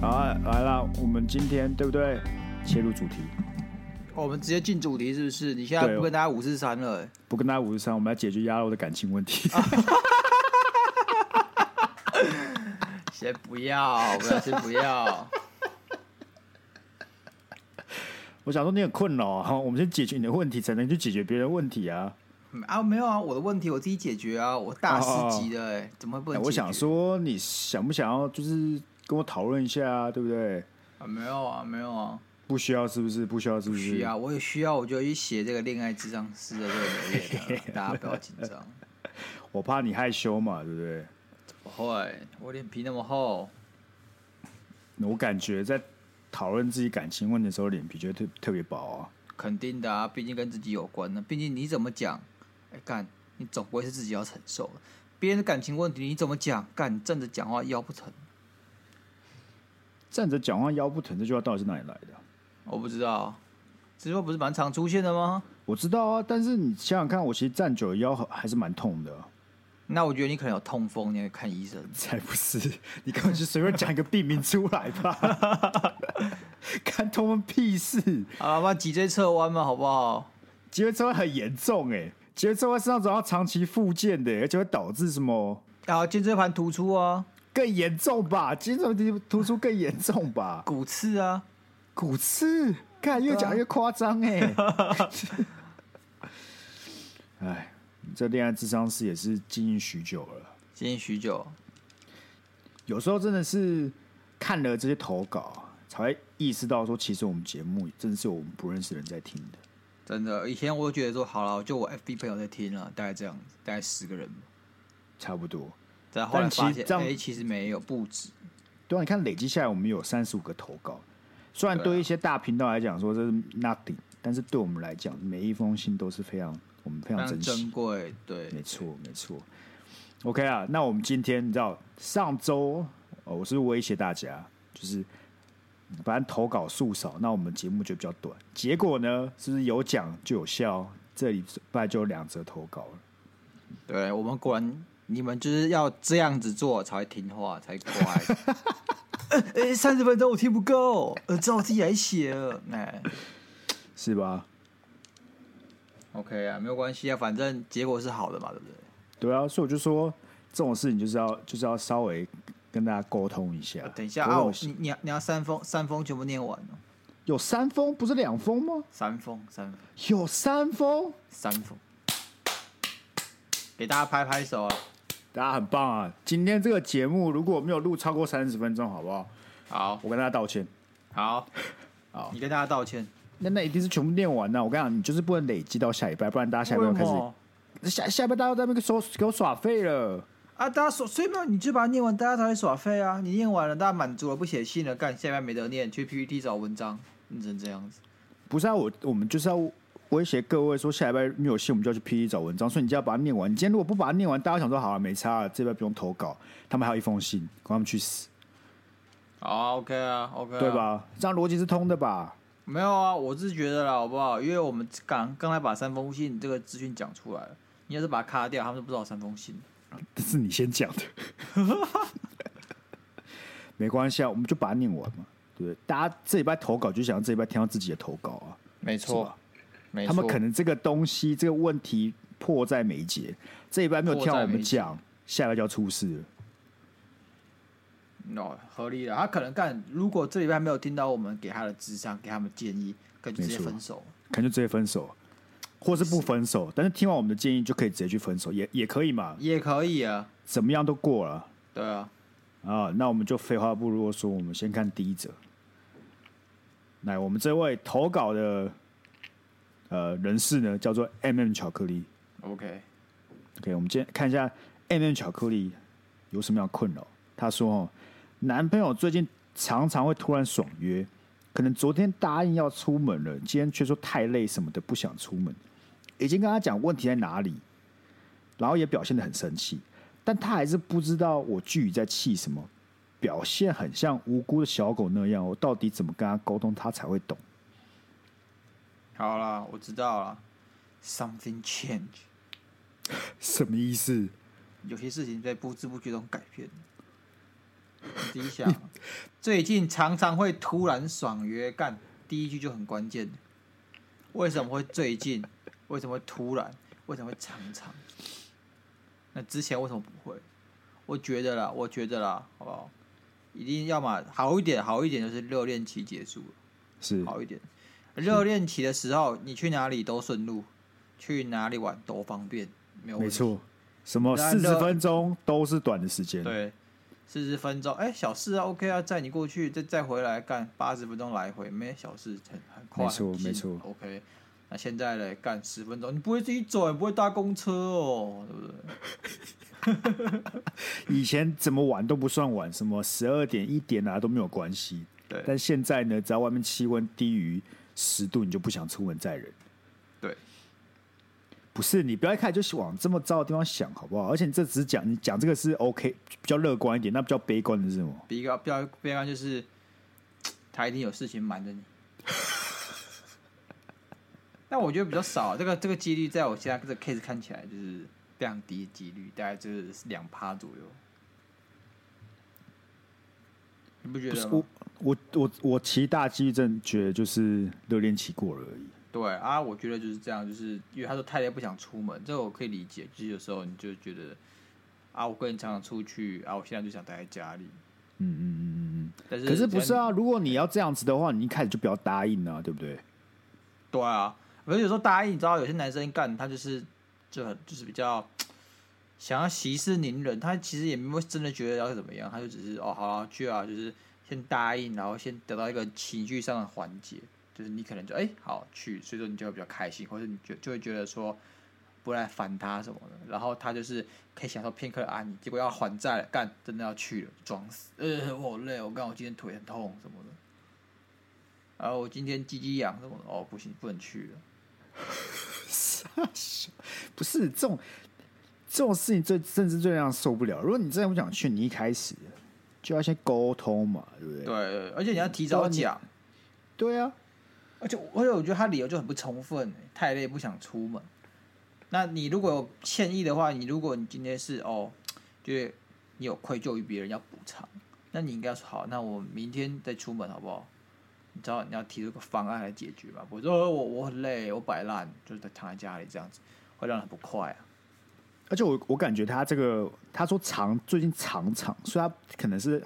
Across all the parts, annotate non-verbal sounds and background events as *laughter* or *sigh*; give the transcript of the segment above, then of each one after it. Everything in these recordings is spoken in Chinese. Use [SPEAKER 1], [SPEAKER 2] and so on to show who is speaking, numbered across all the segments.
[SPEAKER 1] 好啊，来啦，我们今天对不对？切入主题，
[SPEAKER 2] 哦我们直接进主题是不是？你现在
[SPEAKER 1] 对哦
[SPEAKER 2] 不跟大家五四三了、欸，
[SPEAKER 1] 不跟大家五十三，我们来解决鸭肉的感情问题。
[SPEAKER 2] 啊先不要，我们先不要。
[SPEAKER 1] *laughs* 我想说你很困扰啊，我们先解决你的问题，才能去解决别人的问题啊。
[SPEAKER 2] 嗯啊，没有啊，我的问题我自己解决啊，我大师级的、欸，怎么会不
[SPEAKER 1] 哦哎
[SPEAKER 2] 能、
[SPEAKER 1] 我想、说，你想不想要就是跟我讨论一下啊，对不对？
[SPEAKER 2] 啊，没有啊，没有啊，
[SPEAKER 1] 不需要是不是？不需要是不
[SPEAKER 2] 不
[SPEAKER 1] 是？
[SPEAKER 2] 需要，我有需要我就去写这个恋爱智商师的这个留
[SPEAKER 1] *laughs*
[SPEAKER 2] 言、啊，大家不要紧张。
[SPEAKER 1] 我怕你害羞嘛，对不对？
[SPEAKER 2] 不会，我脸皮那么厚，
[SPEAKER 1] 我感觉在讨论自己感情问题的时候，脸皮就特特别薄啊。
[SPEAKER 2] 肯定的啊，毕竟跟自己有关呢、毕竟你怎么讲，哎干，你总不会是自己要承受的。别人的感情问题你怎么讲，干你站着讲话腰不疼。
[SPEAKER 1] 站着讲话腰不疼这句话到底是哪里来的啊？
[SPEAKER 2] 我不知道，直播不是蛮常出现的吗？
[SPEAKER 1] 我知道啊，但是你想想看，我其实站久了腰还是蛮痛的啊、
[SPEAKER 2] 那我觉得你可能有痛风，你要去看医生。
[SPEAKER 1] 才不是！你根本就随便讲一个病名出来吧， *laughs* 看他们屁事！
[SPEAKER 2] 啊，把脊椎侧弯嘛，好不好？
[SPEAKER 1] 脊椎侧弯很严重哎、脊椎侧弯是那种要长期复健的、欸而且会导致什么
[SPEAKER 2] 啊，肩椎盘突出啊，
[SPEAKER 1] 更严重吧？脊椎突出更严重吧？
[SPEAKER 2] 骨刺啊，
[SPEAKER 1] 骨刺，看越讲越夸张哎！ *laughs* 哎，这恋爱智商师也是经营许久了。
[SPEAKER 2] 经营许久，
[SPEAKER 1] 有时候真的是看了这些投稿，才会意识到说，其实我们节目真的是我们不认识的人在听的。
[SPEAKER 2] 真的。以前我就觉得说，好了，就我 FB 朋友在听了，大概这样子，大概十个人吧。
[SPEAKER 1] 差不多，
[SPEAKER 2] 但后来
[SPEAKER 1] 但其
[SPEAKER 2] 发
[SPEAKER 1] 实
[SPEAKER 2] 现，
[SPEAKER 1] 这样
[SPEAKER 2] 哎、其实没有，不止。
[SPEAKER 1] 对啊，你看累积下来，我们有三十五个投稿，虽然
[SPEAKER 2] 啊
[SPEAKER 1] 对一些大频道来讲说这是 nothing，但是对我们来讲，每一封信都是非常我们非
[SPEAKER 2] 非
[SPEAKER 1] 常
[SPEAKER 2] 常
[SPEAKER 1] 珍
[SPEAKER 2] 珍
[SPEAKER 1] 惜。
[SPEAKER 2] 贵，对，
[SPEAKER 1] 没错，没错。OK 啊，那我们今天你知道上周哦，我是威胁大家，就是反正投稿数少，那我们节目就比较短。结果呢，是不是有奖就有效？这里本来就有两则投稿了，
[SPEAKER 2] 对我们果然，你们就是要这样子做才会听话，
[SPEAKER 1] *laughs*
[SPEAKER 2] 才乖。哎、三、十分钟我听不够，呃，只好自己来写了。哎、
[SPEAKER 1] 是吧？
[SPEAKER 2] o k 啊，没有关系啊，反正结果是好的嘛，对不对？
[SPEAKER 1] 对啊，所以我就说这种事情就是要就是要稍微跟大家沟通一下。
[SPEAKER 2] 等一下
[SPEAKER 1] 不
[SPEAKER 2] 啊，
[SPEAKER 1] 过
[SPEAKER 2] 我
[SPEAKER 1] 我是
[SPEAKER 2] 你你要你要三封三封全部念完哦，
[SPEAKER 1] 有三封不是两封吗？
[SPEAKER 2] 三封三封
[SPEAKER 1] 有三封，
[SPEAKER 2] 三封，给大家拍拍手啊！
[SPEAKER 1] 大家很棒啊！今天这个节目如果没有录超过三十分钟，好不好？
[SPEAKER 2] 好
[SPEAKER 1] 我跟大家道歉。
[SPEAKER 2] 好
[SPEAKER 1] 好
[SPEAKER 2] 你跟大家道歉。
[SPEAKER 1] 那那一定是全部念完呐、我跟你讲，你就是不能累积到下礼拜，不然大家下礼拜又
[SPEAKER 2] 为
[SPEAKER 1] 开
[SPEAKER 2] 什么
[SPEAKER 1] 始下下礼拜大家在那边说给我耍废了。
[SPEAKER 2] 啊，大家耍，所以没有你就把它念完，大家才会耍废啊！你念完了，大家满足了，不写信了，干下面没得念，去 PPT 找文章，你只能这样子。
[SPEAKER 1] 不是啊，我我们就是要威胁各位说下礼拜没有信，我们就要去 P E 找文章，所以你就要把它念完。你今天如果不把它念完，大家想说好了、没差了，这边不用投稿，他们还有一封信，管他们去死，
[SPEAKER 2] 好，OK 啊，OK，啊
[SPEAKER 1] 对？吧？这样逻辑是通的吧？
[SPEAKER 2] 没有啊，我是觉得啦，好不好？因为我们刚刚才把三封信这个资讯讲出来了，你要是把它卡掉，他们就不知道有三封信。
[SPEAKER 1] 这是你先讲的，没关系啊，我们就把它念完嘛，对不对？大家这礼拜投稿就想要这礼拜听到自己的投稿啊。
[SPEAKER 2] 没
[SPEAKER 1] 是吧，
[SPEAKER 2] 没
[SPEAKER 1] 他们可能这个东西这个问题迫在眉睫，这一班没有听到我们讲，下一班就要出事了。
[SPEAKER 2] 哦，合理的。他可能干，如果这礼拜没有听到我们给他的智商，给他们建议，可能就直接
[SPEAKER 1] 没错
[SPEAKER 2] 分手。
[SPEAKER 1] 可能就直接分手，或是不分手，但是听完我们的建议就可以直接去分手，也也可以嘛，
[SPEAKER 2] 也可以啊，
[SPEAKER 1] 怎么样都过了
[SPEAKER 2] 对啊，
[SPEAKER 1] 啊。那我们就废话不多说，我们先看第一则。来，我们这位投稿的呃人士呢，叫做 M、m 巧克力。
[SPEAKER 2] OK，
[SPEAKER 1] OK，我们今天看一下 M、m 巧克力有什么样的困扰。她说：“哦，男朋友最近常常会突然爽约，可能昨天答应要出门了，今天却说太累什么的不想出门，已经跟他讲问题在哪里，然后也表现得很生气，但他还是不知道我具体在气什么，表现很像无辜的小狗那样。我到底怎么跟他沟通，他才会懂？
[SPEAKER 2] 好啦，我知道啦。 something change，
[SPEAKER 1] 什么意思？
[SPEAKER 2] 有些事情在不知不觉中改变。你自己想，最近常常会突然爽约干，第一句就很关键。为什么会最近？为什么会突然？为什么会常常？那之前为什么不会？我觉得啦，我觉得啦，好不好？一定要嘛好一点，好一点就是热恋期结束了。
[SPEAKER 1] 是
[SPEAKER 2] 好一点。热恋期的时候，你去哪里都顺路，去哪里玩都方便，没有问
[SPEAKER 1] 没
[SPEAKER 2] 题。
[SPEAKER 1] 错，什么
[SPEAKER 2] 然
[SPEAKER 1] 四
[SPEAKER 2] 后
[SPEAKER 1] 十分钟都是短的时间，
[SPEAKER 2] 对，四十分钟，哎、小事啊，OK 啊，载你过去，再再回来干八十分钟来回，没小事，很很快，
[SPEAKER 1] 没错
[SPEAKER 2] 很近
[SPEAKER 1] 没错
[SPEAKER 2] ，OK。那现在嘞，干十分钟，你不会自己走，也不会搭公车哦，对不对？
[SPEAKER 1] 以前怎么晚都不算晚，什么十二点一点啊都没有关系。
[SPEAKER 2] 对
[SPEAKER 1] 但现在呢，只要外面气温低于十度，你就不想出门载人。
[SPEAKER 2] 对，
[SPEAKER 1] 不是你不要一开始就往这么糟的地方想，好不好？而且你这只是讲你讲这个是 OK，比较乐观一点，那比较悲观的是什么？
[SPEAKER 2] 比较比较悲观就是，他一定有事情瞒着你。 *laughs* 但我觉得比较少，啊这个这个几率在我现在这个 case 看起来就是非常低的几率，大概就是两趴左右。你不觉
[SPEAKER 1] 不
[SPEAKER 2] 得
[SPEAKER 1] 是
[SPEAKER 2] 吗
[SPEAKER 1] 我？我我我其实大几率真的觉得就是热恋期过了而已。
[SPEAKER 2] 对啊，我觉得就是这样，就是因为他说太累不想出门，这个我可以理解。就是有时候你就觉得啊，我跟你常常出去啊，我现在就想待在家里。
[SPEAKER 1] 嗯嗯嗯嗯嗯。
[SPEAKER 2] 但是
[SPEAKER 1] 可是不
[SPEAKER 2] 只
[SPEAKER 1] 是
[SPEAKER 2] 要你
[SPEAKER 1] 啊？如果你要这样子的话，你一开始就不要答应啊，对不对？
[SPEAKER 2] 对啊，可是有时候答应，你知道有些男生干他就是就很就是比较想要息事宁人，他其实也没有真的觉得要怎么样，他就只是哦好啊去啊，就是先答应，然后先得到一个情绪上的缓解，就是你可能就哎、好去，所以说你就会比较开心，或者你就就会觉得说。不来烦他什么的，然后他就是可以享受片刻的安宁，结果要还债了，干真的要去了，装死，呃，我好累，我刚我今天腿很痛什么的，然后我今天鸡鸡痒什么的，哦，不行，不能去了。
[SPEAKER 1] 不是这种这种事情最甚至最让人受不了。如果你真的不想去，你一开始就要先沟通嘛，对不对？
[SPEAKER 2] 对，对而且你要提早讲，
[SPEAKER 1] 对啊，
[SPEAKER 2] 而且而且我觉得他理由就很不充分、太累不想出门。那你如果有歉意的话，你如果你今天是哦，就是你有愧疚于别人要补偿，那你应该说好，那我明天再出门好不好？你知道你要提出一个方案来解决吧？不是说哦我我很累，我摆烂，就是躺在家里这样子，会让人很不快啊。
[SPEAKER 1] 而且我我感觉他这个他说常最近常常，所以他可能是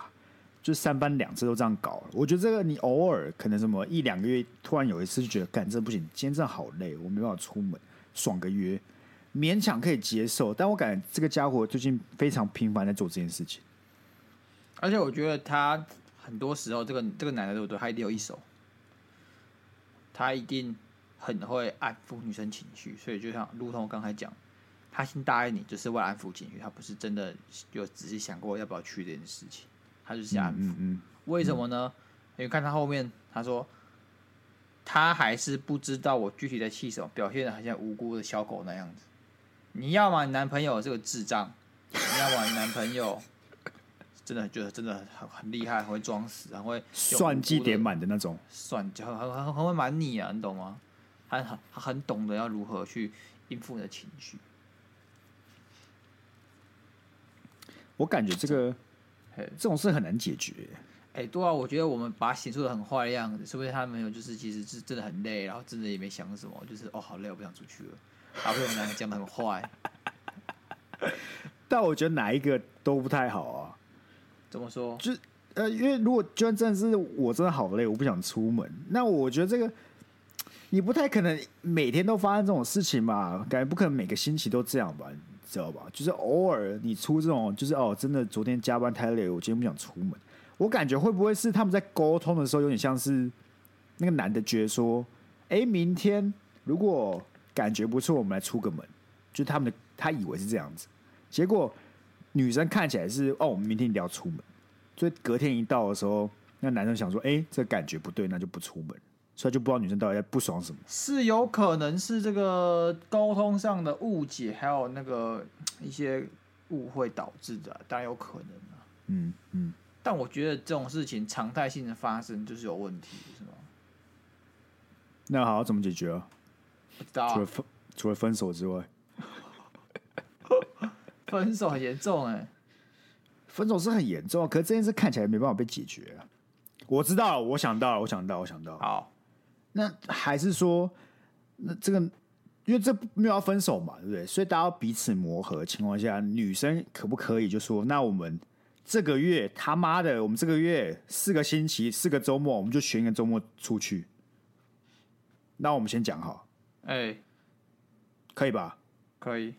[SPEAKER 1] 就是三番两次都这样搞。我觉得这个你偶尔可能什么一两个月突然有一次就觉得干这不行，今天真的好累，我没办法出门，爽个约勉强可以接受。但我感觉这个家伙最近非常频繁在做这件事情。
[SPEAKER 2] 而且我觉得他很多时候，这个这个男的对不对？他一定有一手，他一定很会安抚女生情绪，所以就像如同我刚才讲，他先答应你就是为了安抚情绪，他不是真的有仔细想过要不要去这件事情，他就是想安抚。
[SPEAKER 1] 嗯嗯，
[SPEAKER 2] 为什么呢？因为看他后面，他说他还是不知道我具体在气什么，表现的很像无辜的小狗那样子。你要么你男朋友是个智障，你要么你男朋友真的觉得真的很很厉害，很会装死，很会用
[SPEAKER 1] 算计
[SPEAKER 2] 无辜的
[SPEAKER 1] 点满的那种。
[SPEAKER 2] 算计，很很很很会瞒你啊，你懂吗？他很他很懂得要如何去应付你的情绪。
[SPEAKER 1] 我感觉这个
[SPEAKER 2] 嘿
[SPEAKER 1] 这种事很难解决。
[SPEAKER 2] 哎、对啊，我觉得我们把它显出的很坏的样子，是不是他们有就是其实是真的很累，然后真的也没想什么，就是哦好累，我不想出去了，然后被我们两个讲的很坏，
[SPEAKER 1] 但我觉得哪一个都不太好啊。
[SPEAKER 2] 怎么说？
[SPEAKER 1] 就呃，因为如果就算真的是我真的好累，我不想出门，那我觉得这个你不太可能每天都发生这种事情吧？感觉不可能每个星期都这样吧？你知道吧？就是偶尔你出这种，就是哦，真的昨天加班太累了，我今天不想出门。我感觉会不会是他们在沟通的时候，有点像是那个男的觉得说，哎、明天如果感觉不错，我们来出个门。就他们的他以为是这样子，结果女生看起来是哦，我们明天一定要出门。所以隔天一到的时候，那男生想说：“哎、这感觉不对，那就不出门。”所以就不知道女生到底在不爽什么。
[SPEAKER 2] 是有可能是这个沟通上的误解，还有那个嗯一些误会导致的啊、当然有可能啊。
[SPEAKER 1] 嗯嗯，
[SPEAKER 2] 但我觉得这种事情常态性的发生就是有问题，是吗？
[SPEAKER 1] 那好，怎么解决啊？
[SPEAKER 2] 不知道啊、
[SPEAKER 1] 除了分除了分手之外，
[SPEAKER 2] 分手很严重哎、
[SPEAKER 1] 分手是很严重，啊可是这件事看起来没办法被解决啊。我知道了，我想到了，我想到了，我想到了。
[SPEAKER 2] 好，
[SPEAKER 1] 那还是说，那这个因为这没有要分手嘛，对不对？所以大家要彼此磨合的情况下，女生可不可以就说，那我们这个月他妈的，我们这个月四个星期、四个周末，我们就选一个周末出去。那我们先讲好，
[SPEAKER 2] 哎、
[SPEAKER 1] 可以吧？
[SPEAKER 2] 可以，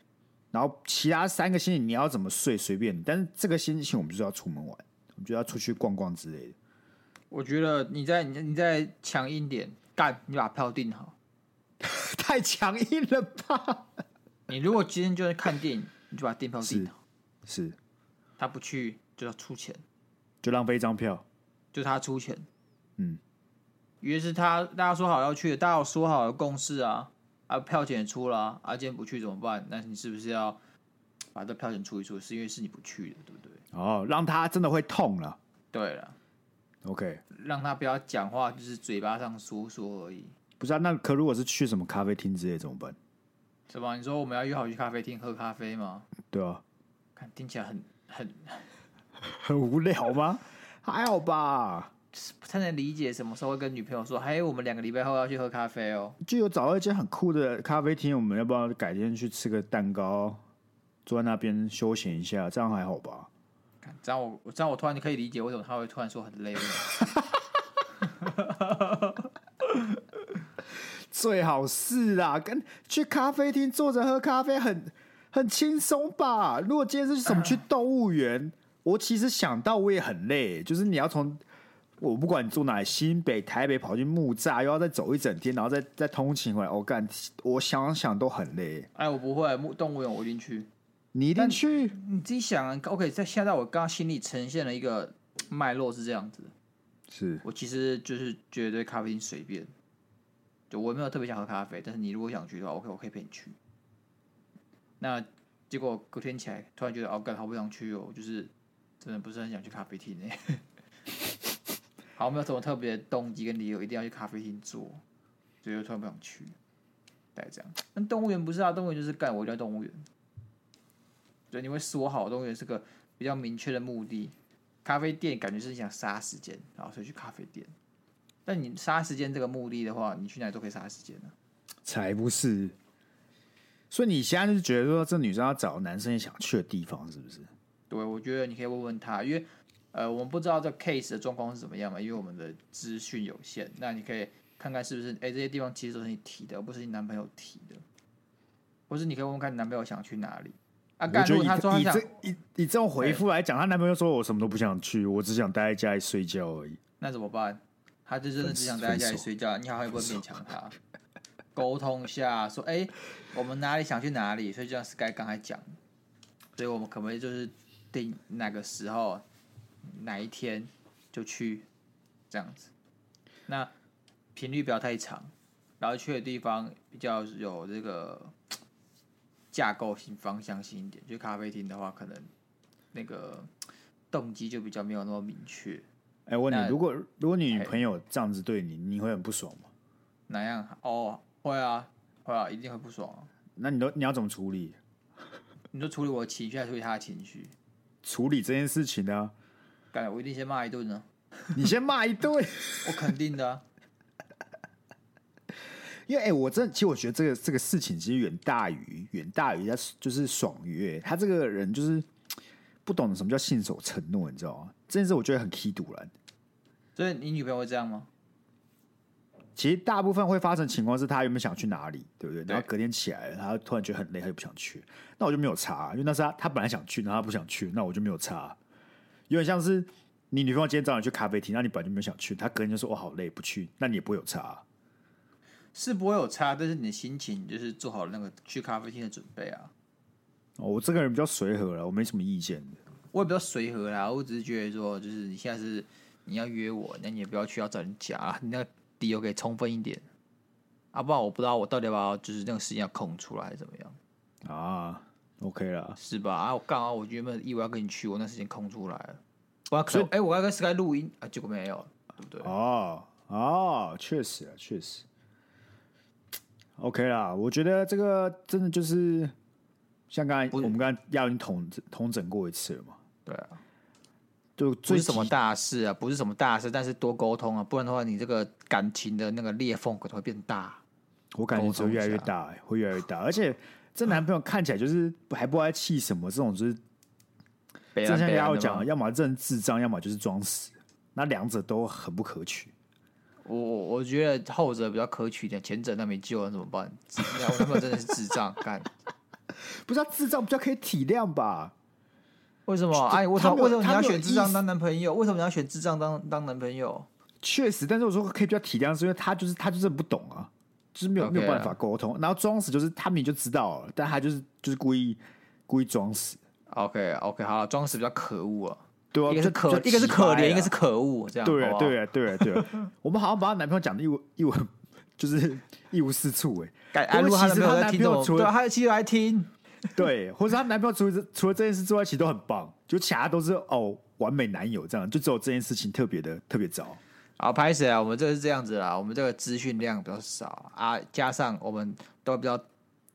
[SPEAKER 1] 然后其他三个星期你要怎么睡随便你，但是这个星期我们就是要出门玩，我们就要出去逛逛之类的。 *laughs*
[SPEAKER 2] 我觉得你在你你在强硬点干，你把票订好。
[SPEAKER 1] 太强硬了吧？
[SPEAKER 2] 你如果今天就是看电影，你就把电票订
[SPEAKER 1] 是
[SPEAKER 2] 好，
[SPEAKER 1] 是，
[SPEAKER 2] 他不去就要出钱，
[SPEAKER 1] 就浪费一张票。
[SPEAKER 2] 就他出钱。
[SPEAKER 1] 嗯，
[SPEAKER 2] 于是他大家说好要去，大家有说好的共识啊，啊票钱也出了啊，啊今天不去怎么办？那你是不是要把这票钱出一出？是因为是你不去的，对不对？
[SPEAKER 1] 哦，让他真的会痛了。
[SPEAKER 2] 对了，
[SPEAKER 1] OK，
[SPEAKER 2] 让他不要讲话，就是嘴巴上说说而已，
[SPEAKER 1] 不是啊，那可如果是去什么咖啡厅之类怎么办？
[SPEAKER 2] 是吧？你说我们要约好去咖啡厅喝咖啡吗？
[SPEAKER 1] 对啊，
[SPEAKER 2] 看听起来很很
[SPEAKER 1] 很无聊吗？ *laughs* 还好吧，
[SPEAKER 2] 不太能理解什么时候会跟女朋友说，嘿，我们两个礼拜后要去喝咖啡哦。
[SPEAKER 1] 就有找到一间很酷的咖啡厅，我们要不要改天去吃个蛋糕，坐在那边休闲一下，这样还好吧？
[SPEAKER 2] 看这样我我这样我突然就可以理解为什么他会突然说很累了。
[SPEAKER 1] 最好是啦，跟去咖啡厅坐着喝咖啡很很轻松吧。如果今天是什么去动物园，我其实想到我也很累，就是你要从我不管你住哪里，新北、台北跑去木栅，又要再走一整天，然后再再通勤回来，我、干，我想想都很累。
[SPEAKER 2] 哎，我不会，木动物园我一定去。
[SPEAKER 1] 你一定去，
[SPEAKER 2] 你自己想啊，OK，在现在我刚刚心里呈现了一个脉络是这样子的，
[SPEAKER 1] 是
[SPEAKER 2] 我其实就是觉得咖啡厅随便，就我没有特别想喝咖啡，但是你如果想去的话，OK，我可以陪你去。那结果隔天起来，突然觉得哦，干好不想去哦，我就是真的不是很想去咖啡厅诶、 *laughs* 好，没有什么特别的动机跟理由，一定要去咖啡厅做，所以就突然不想去，大概这样。但动物园不是啊，动物园就是干，我就在动物园。对，你会说好，动物园是个比较明确的目的。咖啡店感觉是想杀时间，然后所以去咖啡店。但你杀时间这个目的的话，你去哪里都可以杀时间的、
[SPEAKER 1] 才不是。所以你现在就是觉得说，这女生要找男生也想去的地方，是不是？
[SPEAKER 2] 对，我觉得你可以问问他，因为呃，我们不知道这 case 的状况是怎么样嘛，因为我们的资讯有限。那你可以看看是不是，哎、这些地方其实都是你提的，而不是你男朋友提的，或是你可以问问看你男朋友想去哪里。啊，
[SPEAKER 1] 我
[SPEAKER 2] 干，
[SPEAKER 1] 觉
[SPEAKER 2] 如
[SPEAKER 1] 得
[SPEAKER 2] 果
[SPEAKER 1] 以
[SPEAKER 2] 他
[SPEAKER 1] 这
[SPEAKER 2] 说他
[SPEAKER 1] 以
[SPEAKER 2] 想
[SPEAKER 1] 这，以以这种回复来讲，她男朋友说我什么都不想去，我只想待在家里睡觉而已。
[SPEAKER 2] 那怎么办？他就真的只想待在家里睡觉，你好像也不会勉强他， *laughs* 沟通一下，说哎、我们哪里想去哪里，所以就像 Sky 刚才讲，所以我们可不可以就是定哪个时候、哪一天就去这样子？那频率不要太长，然后去的地方比较有这个架构性、方向性一点。就咖啡厅的话，可能那个动机就比较没有那么明确。
[SPEAKER 1] 哎、我问
[SPEAKER 2] 那
[SPEAKER 1] 你，如果如果你女
[SPEAKER 2] 哎
[SPEAKER 1] 朋友这样子对你，你会很不爽吗？
[SPEAKER 2] 哪样？哦，会啊，会啊，一定会不爽、啊。
[SPEAKER 1] 那你都你要怎么处理？
[SPEAKER 2] 你说处理我的情绪，还是处理他的情绪？
[SPEAKER 1] 处理这件事情呢、
[SPEAKER 2] 干，我一定先骂一顿呢、
[SPEAKER 1] 你先骂一顿， *laughs*
[SPEAKER 2] 我肯定的、啊。 *laughs*
[SPEAKER 1] 因为哎、我真的其实我觉得这个这个事情其实远大于远大于他就是爽约，他这个人就是不懂什么叫信守承诺，你知道吗？这件事我觉得很 key 堵然。
[SPEAKER 2] 所以你女朋友会这样吗？
[SPEAKER 1] 其实大部分会发生情况是他原本想去哪里，对不对？
[SPEAKER 2] 对
[SPEAKER 1] 然后隔天起来了，他突然觉得很累，他就不想去。那我就没有查，因为那是他他本来想去，然后他不想去，那我就没有查。有点像是你女朋友今天找你去咖啡厅，那你本来就没有想去，她隔天就说我哦好累不去，那你也不会有啊查。
[SPEAKER 2] 是不会有差，但是你的心情就是做好了那个去咖啡厅的准备啊。
[SPEAKER 1] 哦我这个人比较随和了，我没什么意见的。
[SPEAKER 2] 我也比较随和啦，我只是觉得说，就是你现在是你要约我，那你也不要去要找人家啊，你那个理由给充分一点啊，不然我不知道我到底要不要，就是那个时间要空出来还是怎么样，
[SPEAKER 1] 啊，OK 啦，
[SPEAKER 2] 是吧？啊，我刚好我原本以为要跟你去，我那时间空出来了，我要可
[SPEAKER 1] 所以
[SPEAKER 2] 能哎、我要跟 Sky 录音啊，结果没有，对不对？
[SPEAKER 1] 哦哦，确实啊，确实。 OK 啦，我觉得这个真的就是像刚才
[SPEAKER 2] 不
[SPEAKER 1] 我们刚才亚已经统统整过一次了嘛，
[SPEAKER 2] 对啊，
[SPEAKER 1] 就
[SPEAKER 2] 不
[SPEAKER 1] 最
[SPEAKER 2] 是什么
[SPEAKER 1] 极
[SPEAKER 2] 大事啊，不是什么大事，但是多沟通啊，不然的话，你这个感情的那个裂缝可能会变大。
[SPEAKER 1] 我感觉
[SPEAKER 2] 沟
[SPEAKER 1] 只
[SPEAKER 2] 通
[SPEAKER 1] 会
[SPEAKER 2] 一
[SPEAKER 1] 越来越
[SPEAKER 2] 下啊
[SPEAKER 1] 大、欸，会越来越大。而且这男朋友看起来就是还不知道在气什么，这种就是
[SPEAKER 2] 北
[SPEAKER 1] 正
[SPEAKER 2] 兰
[SPEAKER 1] 像
[SPEAKER 2] 北兰
[SPEAKER 1] 丫头
[SPEAKER 2] 的
[SPEAKER 1] 讲
[SPEAKER 2] 嘛
[SPEAKER 1] 的，要么认智障，要么就是装死，那两者都很不可取。
[SPEAKER 2] 我我我觉得后者比较可取一点，前者那没救了怎么办？智我男朋友真的是智障，干
[SPEAKER 1] 不是、啊、智障比较可以体谅吧？*laughs*
[SPEAKER 2] 为什么？哎，为什么
[SPEAKER 1] 他没有
[SPEAKER 2] 为什么你
[SPEAKER 1] 他
[SPEAKER 2] 要
[SPEAKER 1] 没有
[SPEAKER 2] 选智
[SPEAKER 1] 意
[SPEAKER 2] 障
[SPEAKER 1] 思
[SPEAKER 2] 当男朋友？为什么你要选智障当当男朋友？
[SPEAKER 1] 确实，但是我说可以比较体谅，是因为他就是他就是不懂啊，就是没有
[SPEAKER 2] OK
[SPEAKER 1] 没
[SPEAKER 2] 啊
[SPEAKER 1] 有办法沟通。然后装死就是他们就知道了，但他就是就是故意故意装死，
[SPEAKER 2] OK OK，好了，装死比较可恶啊，
[SPEAKER 1] 对啊，
[SPEAKER 2] 一个是
[SPEAKER 1] 就
[SPEAKER 2] 可
[SPEAKER 1] 就
[SPEAKER 2] 一个是
[SPEAKER 1] 急
[SPEAKER 2] 可
[SPEAKER 1] 掰
[SPEAKER 2] 怜，一
[SPEAKER 1] 啊
[SPEAKER 2] 个是可恶，这样
[SPEAKER 1] 对
[SPEAKER 2] 好
[SPEAKER 1] 啊，
[SPEAKER 2] 不好
[SPEAKER 1] 对啊，对啊，对啊。 *laughs* 我们好像把她男朋友讲的一无一无，就是一无是处哎、
[SPEAKER 2] 感
[SPEAKER 1] 不
[SPEAKER 2] 安
[SPEAKER 1] 过
[SPEAKER 2] 如她
[SPEAKER 1] 其
[SPEAKER 2] 男
[SPEAKER 1] 实
[SPEAKER 2] 朋友
[SPEAKER 1] 她
[SPEAKER 2] 在
[SPEAKER 1] 男
[SPEAKER 2] 听
[SPEAKER 1] 朋
[SPEAKER 2] 这
[SPEAKER 1] 友
[SPEAKER 2] 种，
[SPEAKER 1] 除
[SPEAKER 2] 对
[SPEAKER 1] 了
[SPEAKER 2] 啊，她其实来听，
[SPEAKER 1] 对，或者她男朋友除了除了这件事之外，其实都很棒，就其他都是哦完美男友这样，就只有这件事情特别的特别糟。
[SPEAKER 2] 啊，拍谁啊？我们这个是这样子啦，我们这个资讯量比较少啊，加上我们都比较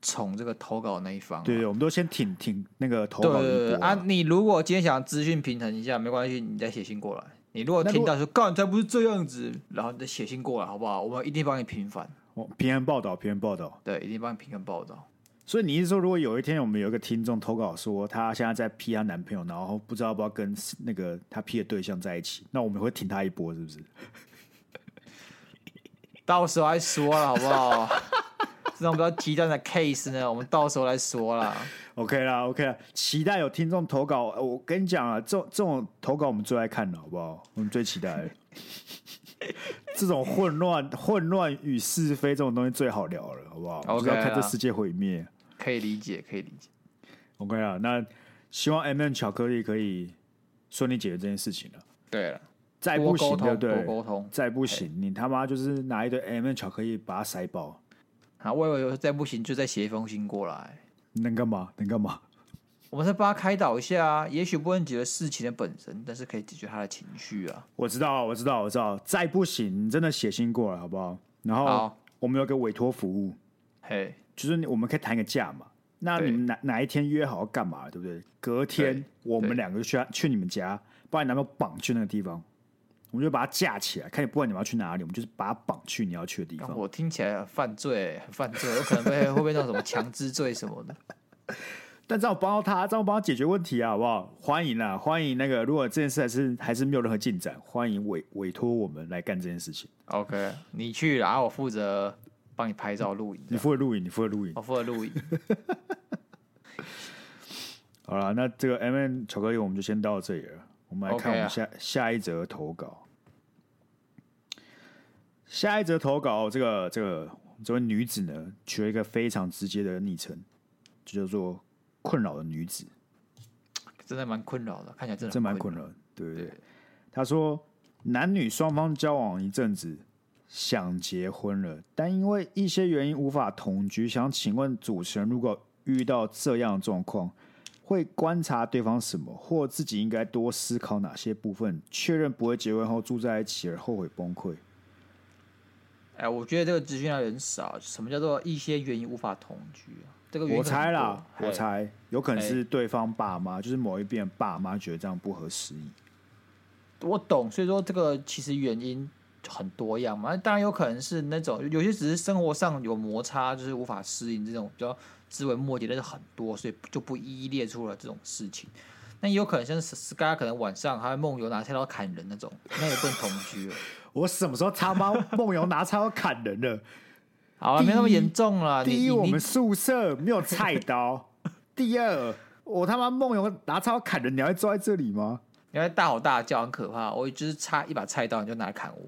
[SPEAKER 2] 宠这个投稿那一方啊。
[SPEAKER 1] 对对，我们都先挺挺那个投
[SPEAKER 2] 对
[SPEAKER 1] 稿
[SPEAKER 2] 对对
[SPEAKER 1] 一
[SPEAKER 2] 对
[SPEAKER 1] 波
[SPEAKER 2] 啊！
[SPEAKER 1] 啊。
[SPEAKER 2] 你如果今天想资讯平衡一下，没关系，你再写信过来。你如果
[SPEAKER 1] 那如
[SPEAKER 2] 听
[SPEAKER 1] 果
[SPEAKER 2] 到说“干，才不是这样子”，然后你再写信过来，好不好？我们一定帮你平反，
[SPEAKER 1] 哦平安报道，平安报道。
[SPEAKER 2] 对，一定帮你平衡报道。
[SPEAKER 1] 所以你是说，如果有一天我们有一个听众投稿说她现在在劈她男朋友，然后不知道要不要跟那个她劈的对象在一起，那我们会挺她一波，是不
[SPEAKER 2] *laughs*
[SPEAKER 1] 是？
[SPEAKER 2] 到时候来说了，好不好？ *laughs* 这种比较极端的 case 呢，我们到时候来说了。
[SPEAKER 1] OK 啦，OK 啦，期待有听众投稿。呃我跟你讲啊，这种这种投稿我们最爱看了，好不好？我们最期待
[SPEAKER 2] *laughs*
[SPEAKER 1] 了这种混乱、混乱与是非这种东西最好聊了，好不好？我们就是要
[SPEAKER 2] OK 啊
[SPEAKER 1] 看这
[SPEAKER 2] 啦
[SPEAKER 1] 世界毁灭。
[SPEAKER 2] 可以理解，可以理解。
[SPEAKER 1] OK 啦，那希望 M、m 巧克力可以顺利解决这件事情了。
[SPEAKER 2] 对了，
[SPEAKER 1] 再
[SPEAKER 2] 多
[SPEAKER 1] 不行，
[SPEAKER 2] 沟
[SPEAKER 1] 对不
[SPEAKER 2] 通，多
[SPEAKER 1] 对？
[SPEAKER 2] 沟通
[SPEAKER 1] 再不行，你他妈就是拿一堆 M、m 巧克力把它塞爆，
[SPEAKER 2] 啊！我以为有再不行就再写一封信过来，
[SPEAKER 1] 能干嘛？能干嘛？ *laughs*
[SPEAKER 2] 我们再帮他开导一下啊。也许不能解决事情的本身，但是可以解决他的情绪啊。
[SPEAKER 1] 我知道，我知道，我知道。再不行，你真的写信过来好不好？然后
[SPEAKER 2] 好
[SPEAKER 1] 我们有个委托服务，
[SPEAKER 2] 嘿，
[SPEAKER 1] 就是你我们可以谈个价嘛。那
[SPEAKER 2] 对
[SPEAKER 1] 你们哪哪一天约好要干嘛，对不对？隔天
[SPEAKER 2] 对
[SPEAKER 1] 我们
[SPEAKER 2] 对
[SPEAKER 1] 两个就去他去你们家，把你男朋友绑去那个地方，我们就把他架起来，看你不管你们要去哪里，我们就是把他绑去你要去的地
[SPEAKER 2] 干
[SPEAKER 1] 方。
[SPEAKER 2] 我听起来很犯罪，很犯罪，有可能被会被那种什么强制罪什么的。
[SPEAKER 1] 但这样我帮到他，这样我帮他解决问题啊，好不好？欢迎啊，欢迎那个，如果这件事还是还是没有任何进展，欢迎委委托我们来干这件事情。
[SPEAKER 2] OK，你去，然后我负责帮你拍照录影
[SPEAKER 1] 你，负责录影，你负责录影。
[SPEAKER 2] 我负责录影。
[SPEAKER 1] 好了，那这个 M N 巧克力我们就先到这里了。我们来看
[SPEAKER 2] OK 啊
[SPEAKER 1] 我们下、下一则投稿。下一则投稿，这个这个这位女子呢，取了一个非常直接的昵称，就叫做“困扰的女子
[SPEAKER 2] 真的蛮困扰的，看起来”，真的
[SPEAKER 1] 这蛮
[SPEAKER 2] 很
[SPEAKER 1] 困扰的，对不对
[SPEAKER 2] 对？
[SPEAKER 1] 她说，男女双方交往一阵子，想结婚了，但因为一些原因无法同居。想请问主持人，如果遇到这样的状况，会观察对方什么，或自己应该多思考哪些部分，确认不会结婚后住在一起而后悔崩溃？
[SPEAKER 2] 哎，我觉得这个资讯量有点少。什么叫做一些原因无法同居啊？这个原因
[SPEAKER 1] 我猜啦，
[SPEAKER 2] 可
[SPEAKER 1] 我
[SPEAKER 2] 能很多。哎
[SPEAKER 1] 猜有可能是对方爸妈，就是某一边爸妈觉得这样不合时宜。
[SPEAKER 2] 我懂，所以说这个其实原因很多样嘛。当然有可能是那种有些只是生活上有摩擦，就是无法适应这种比较枝微末节，但是很多，所以就不一一列出了这种事情。那也有可能像是 Sky 可能晚上还会梦游拿菜刀砍人那种，那也不能同居了。
[SPEAKER 1] 我什么时候他妈梦游拿菜要砍人了？
[SPEAKER 2] 好啊了，没那么严重了。你
[SPEAKER 1] 第一，
[SPEAKER 2] 啊你
[SPEAKER 1] 我
[SPEAKER 2] 你
[SPEAKER 1] 们宿舍没有菜刀；
[SPEAKER 2] *laughs*
[SPEAKER 1] 第二，我他妈梦游拿菜要砍人，你还会坐在这里吗？
[SPEAKER 2] 你会大吼大叫，很可怕。我就是插一把菜刀，你就拿来砍我。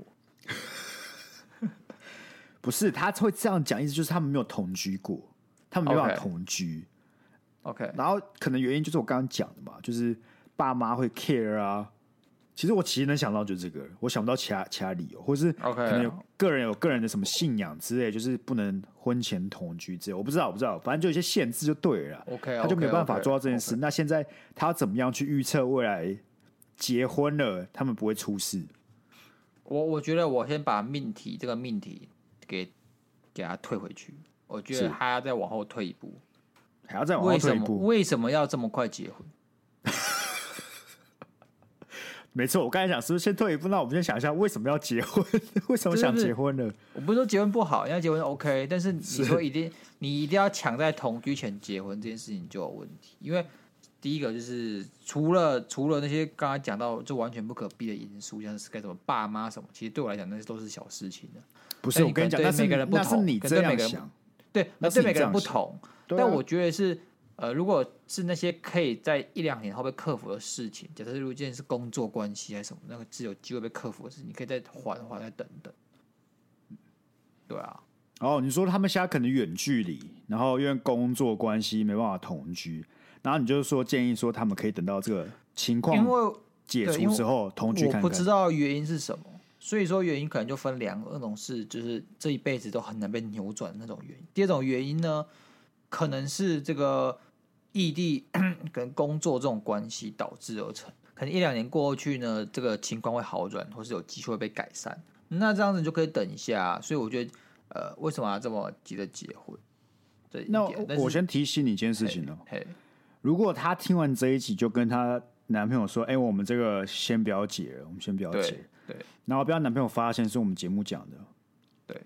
[SPEAKER 1] 不是，他会这样讲，意思就是他们没有同居过，他们没办法
[SPEAKER 2] OK
[SPEAKER 1] 同居。
[SPEAKER 2] OK，
[SPEAKER 1] 然后可能原因就是我刚刚讲的嘛，就是爸妈会 care 啊。其实我其实能想到就是这个，我想不到其他其他理由，或是
[SPEAKER 2] OK
[SPEAKER 1] 可能有个人有个人的什么信仰之类，就是不能婚前同居之类，我不知道我不知道，反正就有一些限制就对了啦。
[SPEAKER 2] OK，
[SPEAKER 1] 他就没有
[SPEAKER 2] OK，
[SPEAKER 1] 办法
[SPEAKER 2] OK，
[SPEAKER 1] 做到这件事。那现在他要怎么样去预测未来结婚了，他们不会出事？
[SPEAKER 2] 我我觉得我先把命题这个命题给给它退回去。我觉
[SPEAKER 1] 是
[SPEAKER 2] 得还要再往后退一步。
[SPEAKER 1] 还要再往后
[SPEAKER 2] 为
[SPEAKER 1] 退
[SPEAKER 2] 什
[SPEAKER 1] 一
[SPEAKER 2] 么
[SPEAKER 1] 步。
[SPEAKER 2] 为什么要这么快结婚？
[SPEAKER 1] 没错，我刚才想是不是先退一步？那我们先想一下，为什么要结婚？ *laughs* 为什么想结婚呢？
[SPEAKER 2] 我不是说结婚不好，人家结婚 OK，但是你说一定你一定要抢在同居前结婚这件事情就有问题，因为第一个就是除了除了那些刚才讲到就完全不可避的因素，像是该怎么爸妈什么，其实对我来讲那些都是小事情的。
[SPEAKER 1] 不是，
[SPEAKER 2] 那
[SPEAKER 1] 我
[SPEAKER 2] 你
[SPEAKER 1] 跟你
[SPEAKER 2] 哎可
[SPEAKER 1] 讲，那
[SPEAKER 2] 能对
[SPEAKER 1] 是
[SPEAKER 2] 每个人不
[SPEAKER 1] 那是
[SPEAKER 2] 同
[SPEAKER 1] 你
[SPEAKER 2] 可能
[SPEAKER 1] 这
[SPEAKER 2] 对
[SPEAKER 1] 样
[SPEAKER 2] 每个人
[SPEAKER 1] 想，
[SPEAKER 2] 对，
[SPEAKER 1] 那
[SPEAKER 2] 那
[SPEAKER 1] 是
[SPEAKER 2] 对
[SPEAKER 1] 你
[SPEAKER 2] 每个
[SPEAKER 1] 这样
[SPEAKER 2] 人不
[SPEAKER 1] 想
[SPEAKER 2] 同，
[SPEAKER 1] 对啊
[SPEAKER 2] 但我觉得是呃，如果是那些可以在一两年后被克服的事情，假设如果今天是工作关系还是什么，那个是有机会被克服的事情，你可以再缓缓再等等。对啊，
[SPEAKER 1] 哦，你说他们现在可能远距离，然后因为工作关系没办法同居，然后你就是说建议说他们可以等到这个情
[SPEAKER 2] 因
[SPEAKER 1] 况
[SPEAKER 2] 为
[SPEAKER 1] 解
[SPEAKER 2] 对
[SPEAKER 1] 除
[SPEAKER 2] 因为
[SPEAKER 1] 之后同居
[SPEAKER 2] 我
[SPEAKER 1] 看
[SPEAKER 2] 不知
[SPEAKER 1] 看。
[SPEAKER 2] 道原因是什么，所以说原因可能就分两个，那种是就是这一辈子都很难被扭转的那种原因。第二种原因呢，可能是这个异地 *clears throat* 跟工作这种关系导致而成，可能一两年过去呢，这个情况会好转，或是有机会被改善。那这样子就可以等一下，所以我觉得，呃，为什么要这么急着结婚？这一
[SPEAKER 1] 那
[SPEAKER 2] 点但
[SPEAKER 1] 我我
[SPEAKER 2] 是哎
[SPEAKER 1] 先提醒你一件事情哦，
[SPEAKER 2] 嘿，
[SPEAKER 1] 如果她听完这一集就跟她男朋友说：“哎、我们这个先不要结了，我们先不要结。
[SPEAKER 2] 对对，”
[SPEAKER 1] 然后被她男朋友发现是我们节目讲的，
[SPEAKER 2] 对，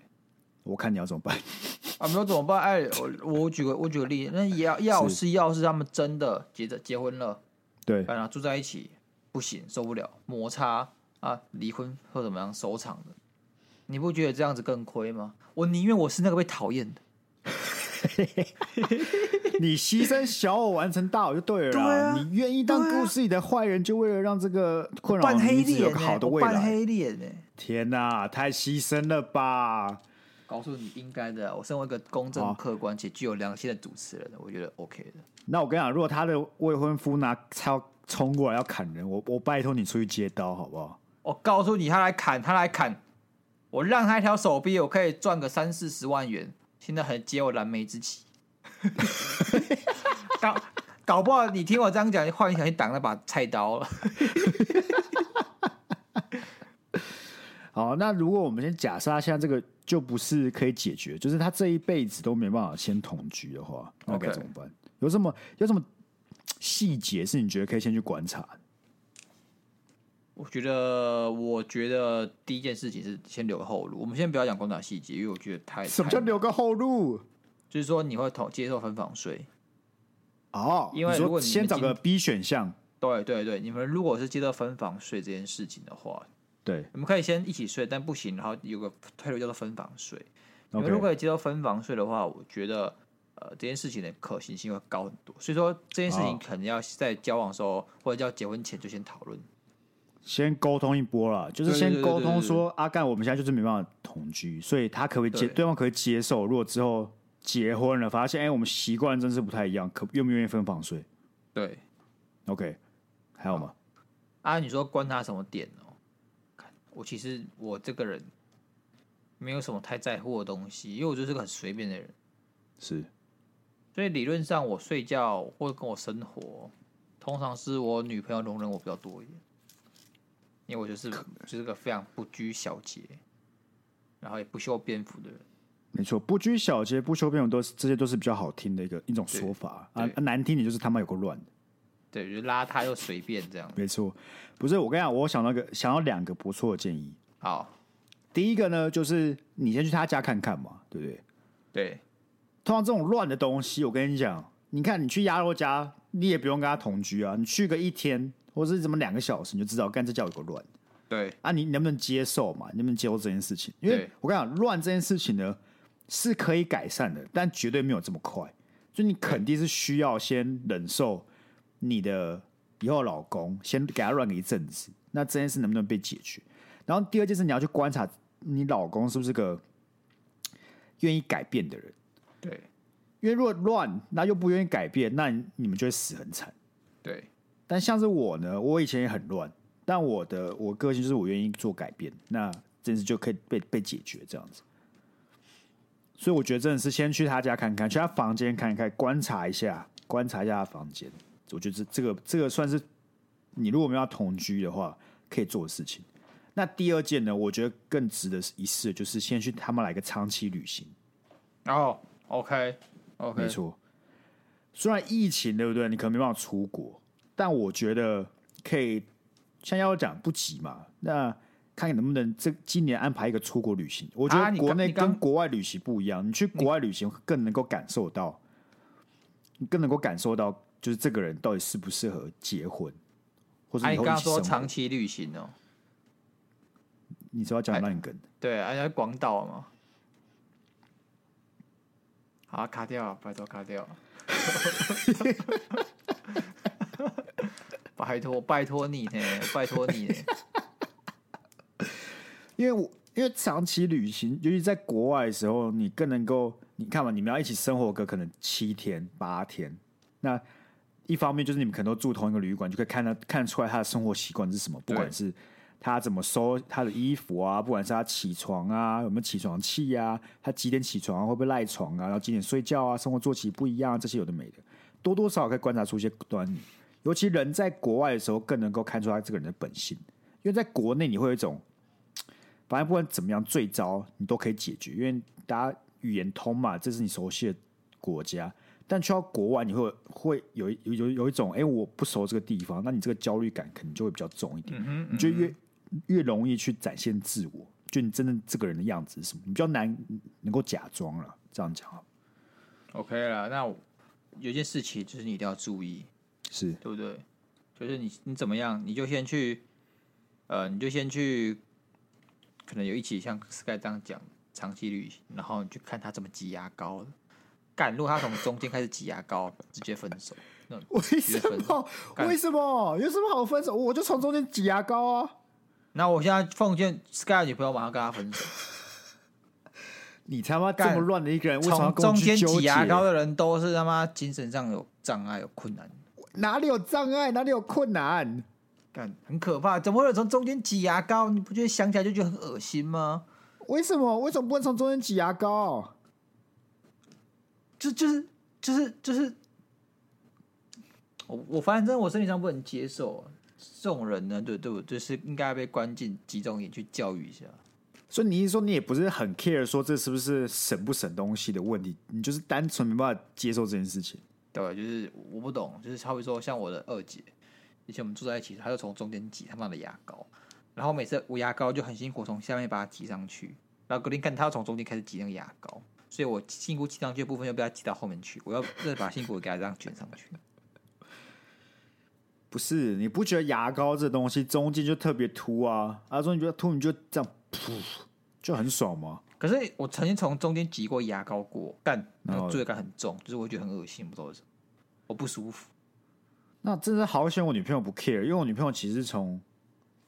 [SPEAKER 1] 我看你要怎么办。 *laughs*
[SPEAKER 2] 啊，没有怎么办？哎，我我举个我举个例子，
[SPEAKER 1] 哎
[SPEAKER 2] 那要要是要是他们真的结着结婚了，
[SPEAKER 1] 对，
[SPEAKER 2] 本来住在一起不行，受不了摩擦啊，离婚或怎么样收场的，你不觉得这样子更亏吗？我宁愿我是那个被讨厌的，
[SPEAKER 1] 你牺牲小我完成大我就对了
[SPEAKER 2] 啊
[SPEAKER 1] 啦。你愿意当故事里的坏人，就为了让这个困扰
[SPEAKER 2] 扮
[SPEAKER 1] 的
[SPEAKER 2] 黑
[SPEAKER 1] 女子有
[SPEAKER 2] 脸
[SPEAKER 1] 个
[SPEAKER 2] 呢、
[SPEAKER 1] 好的
[SPEAKER 2] 我
[SPEAKER 1] 未
[SPEAKER 2] 扮
[SPEAKER 1] 来。
[SPEAKER 2] 黑脸欸呢、
[SPEAKER 1] 天哪、太牺牲了吧！
[SPEAKER 2] 告诉你应该的啊，我身为一个公
[SPEAKER 1] 好
[SPEAKER 2] 正、客观且具有良心的主持人，我觉得 OK 的。
[SPEAKER 1] 那我跟你讲，如果他的未婚夫拿超冲过来要砍人，我我拜托你出去接刀好不好？
[SPEAKER 2] 我告诉你，他来砍，他来砍，我让他一条手臂，我可以赚个三四十万元。现在很接我燃眉之急，搞搞不好你听我这样讲，换一想去挡那把菜刀了。
[SPEAKER 1] 好，那如果我们先假设他现在这个就不是可以解决，就是他这一辈子都没办法先同居的话，那该
[SPEAKER 2] OK
[SPEAKER 1] 怎么办有什么有什么细节是你觉得可以先去观察的？
[SPEAKER 2] 我觉得，我觉得第一件事情是先留个后路。我们先不要讲工厂细节，因为我觉得太
[SPEAKER 1] 什么叫
[SPEAKER 2] 太
[SPEAKER 1] 留个后路？
[SPEAKER 2] 就是说你会投接受分房税。
[SPEAKER 1] 哦，
[SPEAKER 2] 因为
[SPEAKER 1] 你
[SPEAKER 2] 如
[SPEAKER 1] 说
[SPEAKER 2] 果你
[SPEAKER 1] 先
[SPEAKER 2] 们
[SPEAKER 1] 找
[SPEAKER 2] 今
[SPEAKER 1] 个 B 选项，
[SPEAKER 2] 对对对，你们如果是接受分房税这件事情的话，
[SPEAKER 1] 对
[SPEAKER 2] 你们可以先一起睡，但不行，然后有个退路叫做分房税。你们
[SPEAKER 1] ，OK，
[SPEAKER 2] 如果有接到分房税的话，我觉得呃这件事情的可行性会高很多。所以说这件事情
[SPEAKER 1] 哦
[SPEAKER 2] 可能要在交往的时候或者叫结婚前就先讨论。
[SPEAKER 1] 先沟通一波啦，就是
[SPEAKER 2] 对对
[SPEAKER 1] 先
[SPEAKER 2] 对
[SPEAKER 1] 沟
[SPEAKER 2] 对
[SPEAKER 1] 通
[SPEAKER 2] 对
[SPEAKER 1] 说阿干，我们现在就是没办法同居，所以他可不可以接，
[SPEAKER 2] 对
[SPEAKER 1] 对方可不可以接受？如果之后结婚了，发现哎、我们习惯真是不太一样，可愿不愿意分房睡
[SPEAKER 2] 对
[SPEAKER 1] ？OK，还有吗？
[SPEAKER 2] 啊，你说观察什么点哦？看我其实我这个人没有什么太在乎的东西，因为我就是个很随便的人，
[SPEAKER 1] 是
[SPEAKER 2] 所以理论上我睡觉或者跟我生活，通常是我女朋友容忍我比较多一点，因为我就是就是个非常不拘小节，然后也不修边幅的人。
[SPEAKER 1] 没错，不拘小节，不修边幅，都是这些都是比较好听的一个一种说法啊
[SPEAKER 2] 对
[SPEAKER 1] 啊，难听点就是他妈有个乱。
[SPEAKER 2] 对，就邋遢又随便这样。
[SPEAKER 1] 没错，不是我跟你讲，我想到一个想要两个不错的建议。
[SPEAKER 2] 好，
[SPEAKER 1] 第一个呢，就是你先去他家看看嘛，对不对？
[SPEAKER 2] 对，
[SPEAKER 1] 通常这种乱的东西，我跟你讲，你看你去鸭肉家，你也不用跟他同居啊，你去个一天或是怎么两个小时，你就知道干这叫有个乱
[SPEAKER 2] 对，
[SPEAKER 1] 啊！你能不能接受嘛？你能不能接受这件事情？因为
[SPEAKER 2] 对
[SPEAKER 1] 我跟你讲，乱这件事情呢是可以改善的，但绝对没有这么快。就你肯定是需要先忍受你的以后老公，先给他乱个一阵子，那这件事能不能被解决？然后第二件事，你要去观察你老公是不是个愿意改变的人。
[SPEAKER 2] 对，
[SPEAKER 1] 因为如果乱，那又不愿意改变，那你你们就会死很惨。
[SPEAKER 2] 对，
[SPEAKER 1] 但像是我呢，我以前也很乱，但我的我个性就是我愿意做改变，那这件事就可以被被解决这样子。所以我觉得真的是先去他家看看，去他房间看一看，观察一下，观察一下他房间。我觉得这这个这个算是你如果没有要同居的话，可以做的事情。那第二件呢，我觉得更值得一试，就是先去他们来个长期旅行。
[SPEAKER 2] 然后哦 OK OK，
[SPEAKER 1] 没错。虽然疫情对不对，你可能没办法出国，但我觉得可以，像要讲不急嘛，那看你能不能这今年安排一个出国旅行。我觉
[SPEAKER 2] 啊
[SPEAKER 1] 得
[SPEAKER 2] 你
[SPEAKER 1] 国
[SPEAKER 2] 刚
[SPEAKER 1] 内
[SPEAKER 2] 你刚
[SPEAKER 1] 跟国外旅行不一样，你去国外旅行更能够感受到，你更能够感受到，就是这个人到底适不适合结婚，或者以
[SPEAKER 2] 啊，你
[SPEAKER 1] 后
[SPEAKER 2] 刚
[SPEAKER 1] 一
[SPEAKER 2] 刚
[SPEAKER 1] 起
[SPEAKER 2] 说
[SPEAKER 1] 生
[SPEAKER 2] 长
[SPEAKER 1] 活。
[SPEAKER 2] 期旅行哦，
[SPEAKER 1] 你知道讲烂梗，
[SPEAKER 2] 对，而且广岛嘛。好，卡掉了，拜托卡掉了。 *laughs* 拜托，拜托你呢，拜托你呢。
[SPEAKER 1] 因为我因为长期旅行，尤其在国外的时候，你更能够你看嘛，你们要一起生活个可能七天八天，那一方面就是你们可能都住同一个旅馆，就可以看到看出来他的生活习惯是什么，不
[SPEAKER 2] 对
[SPEAKER 1] 管是他怎么收他的衣服啊，不管是他起床啊有没有起床气啊，他几点起床啊，会不会赖床啊，然后几点睡觉啊，生活作息不一样、啊，这些有的没的，多多少少可以观察出一些端倪。尤其人在国外的时候，更能够看出他这个人的本性，因为在国内你会有一种反正不管怎么样，最糟你都可以解决，因为大家语言通嘛，这是你熟悉的国家。但去到国外，你会会有一有有有一种，哎、我不熟这个地方，那你这个焦虑感可能就会比较重一点，
[SPEAKER 2] 嗯哼，
[SPEAKER 1] 你就越越容易去展现自我，就你真正这个人的样子是什么，你比较难能够假装了。这样讲好
[SPEAKER 2] OK 了，那我有一件事情就是你一定要注意，
[SPEAKER 1] 是
[SPEAKER 2] 对不对？就是你你怎么样，你就先去，呃，你就先去，可能有一起像 Sky 这样讲长期旅行，然后你去看他怎么挤牙膏的。干，如果他从中间开始挤牙膏，直接分手。那种
[SPEAKER 1] *laughs* 为
[SPEAKER 2] 什么？干
[SPEAKER 1] 为什么？有什么好分手？我就从中间挤牙膏啊！
[SPEAKER 2] 那我现在奉劝 Sky 的女朋友马上跟他分手。
[SPEAKER 1] 你他妈这
[SPEAKER 2] 干
[SPEAKER 1] 么乱的一个人，为什么要
[SPEAKER 2] 从
[SPEAKER 1] 跟我
[SPEAKER 2] 中
[SPEAKER 1] 去
[SPEAKER 2] 间
[SPEAKER 1] 纠
[SPEAKER 2] 挤牙
[SPEAKER 1] 结
[SPEAKER 2] 膏的人都是他妈精神上有障碍、有困难。
[SPEAKER 1] 哪里有障碍？哪里有困难？
[SPEAKER 2] 干，很可怕，怎么会有从中间挤牙膏？你不觉得想起来就觉得很恶心吗？
[SPEAKER 1] 为什么？为什么不能从中间挤牙膏？
[SPEAKER 2] 就就是就是就是，我我反正我身体上不能接受、啊、这种人呢，对对我就是应该被关进集中营去教育一下。
[SPEAKER 1] 所以你一说你也不是很 care 说这是不是省不省东西的问题，你就是单纯没办法接受这件事情。
[SPEAKER 2] 对，啊就是我不懂，就是好比说像我的二姐，以前我们住在一起，她就从中间挤他妈的牙膏，然后每次我牙膏就很辛苦从下面把它挤上去，然后隔天看她要从中间开始挤那个牙膏，所以我辛苦挤上去的部分又被她挤到后面去，我要再把辛苦给她这样卷上去。
[SPEAKER 1] 不是，你不觉得牙膏这东西中间就特别凸啊？啊，中间就凸，你就这样噗，就很爽吗？
[SPEAKER 2] 可是我曾经从中间挤过牙膏过，但那
[SPEAKER 1] 然后
[SPEAKER 2] 个罪恶感很重，就是我会觉得很恶心，不知道为什么，我不舒服。
[SPEAKER 1] 那真是好险，我女朋友不 care，因为我女朋友其实是从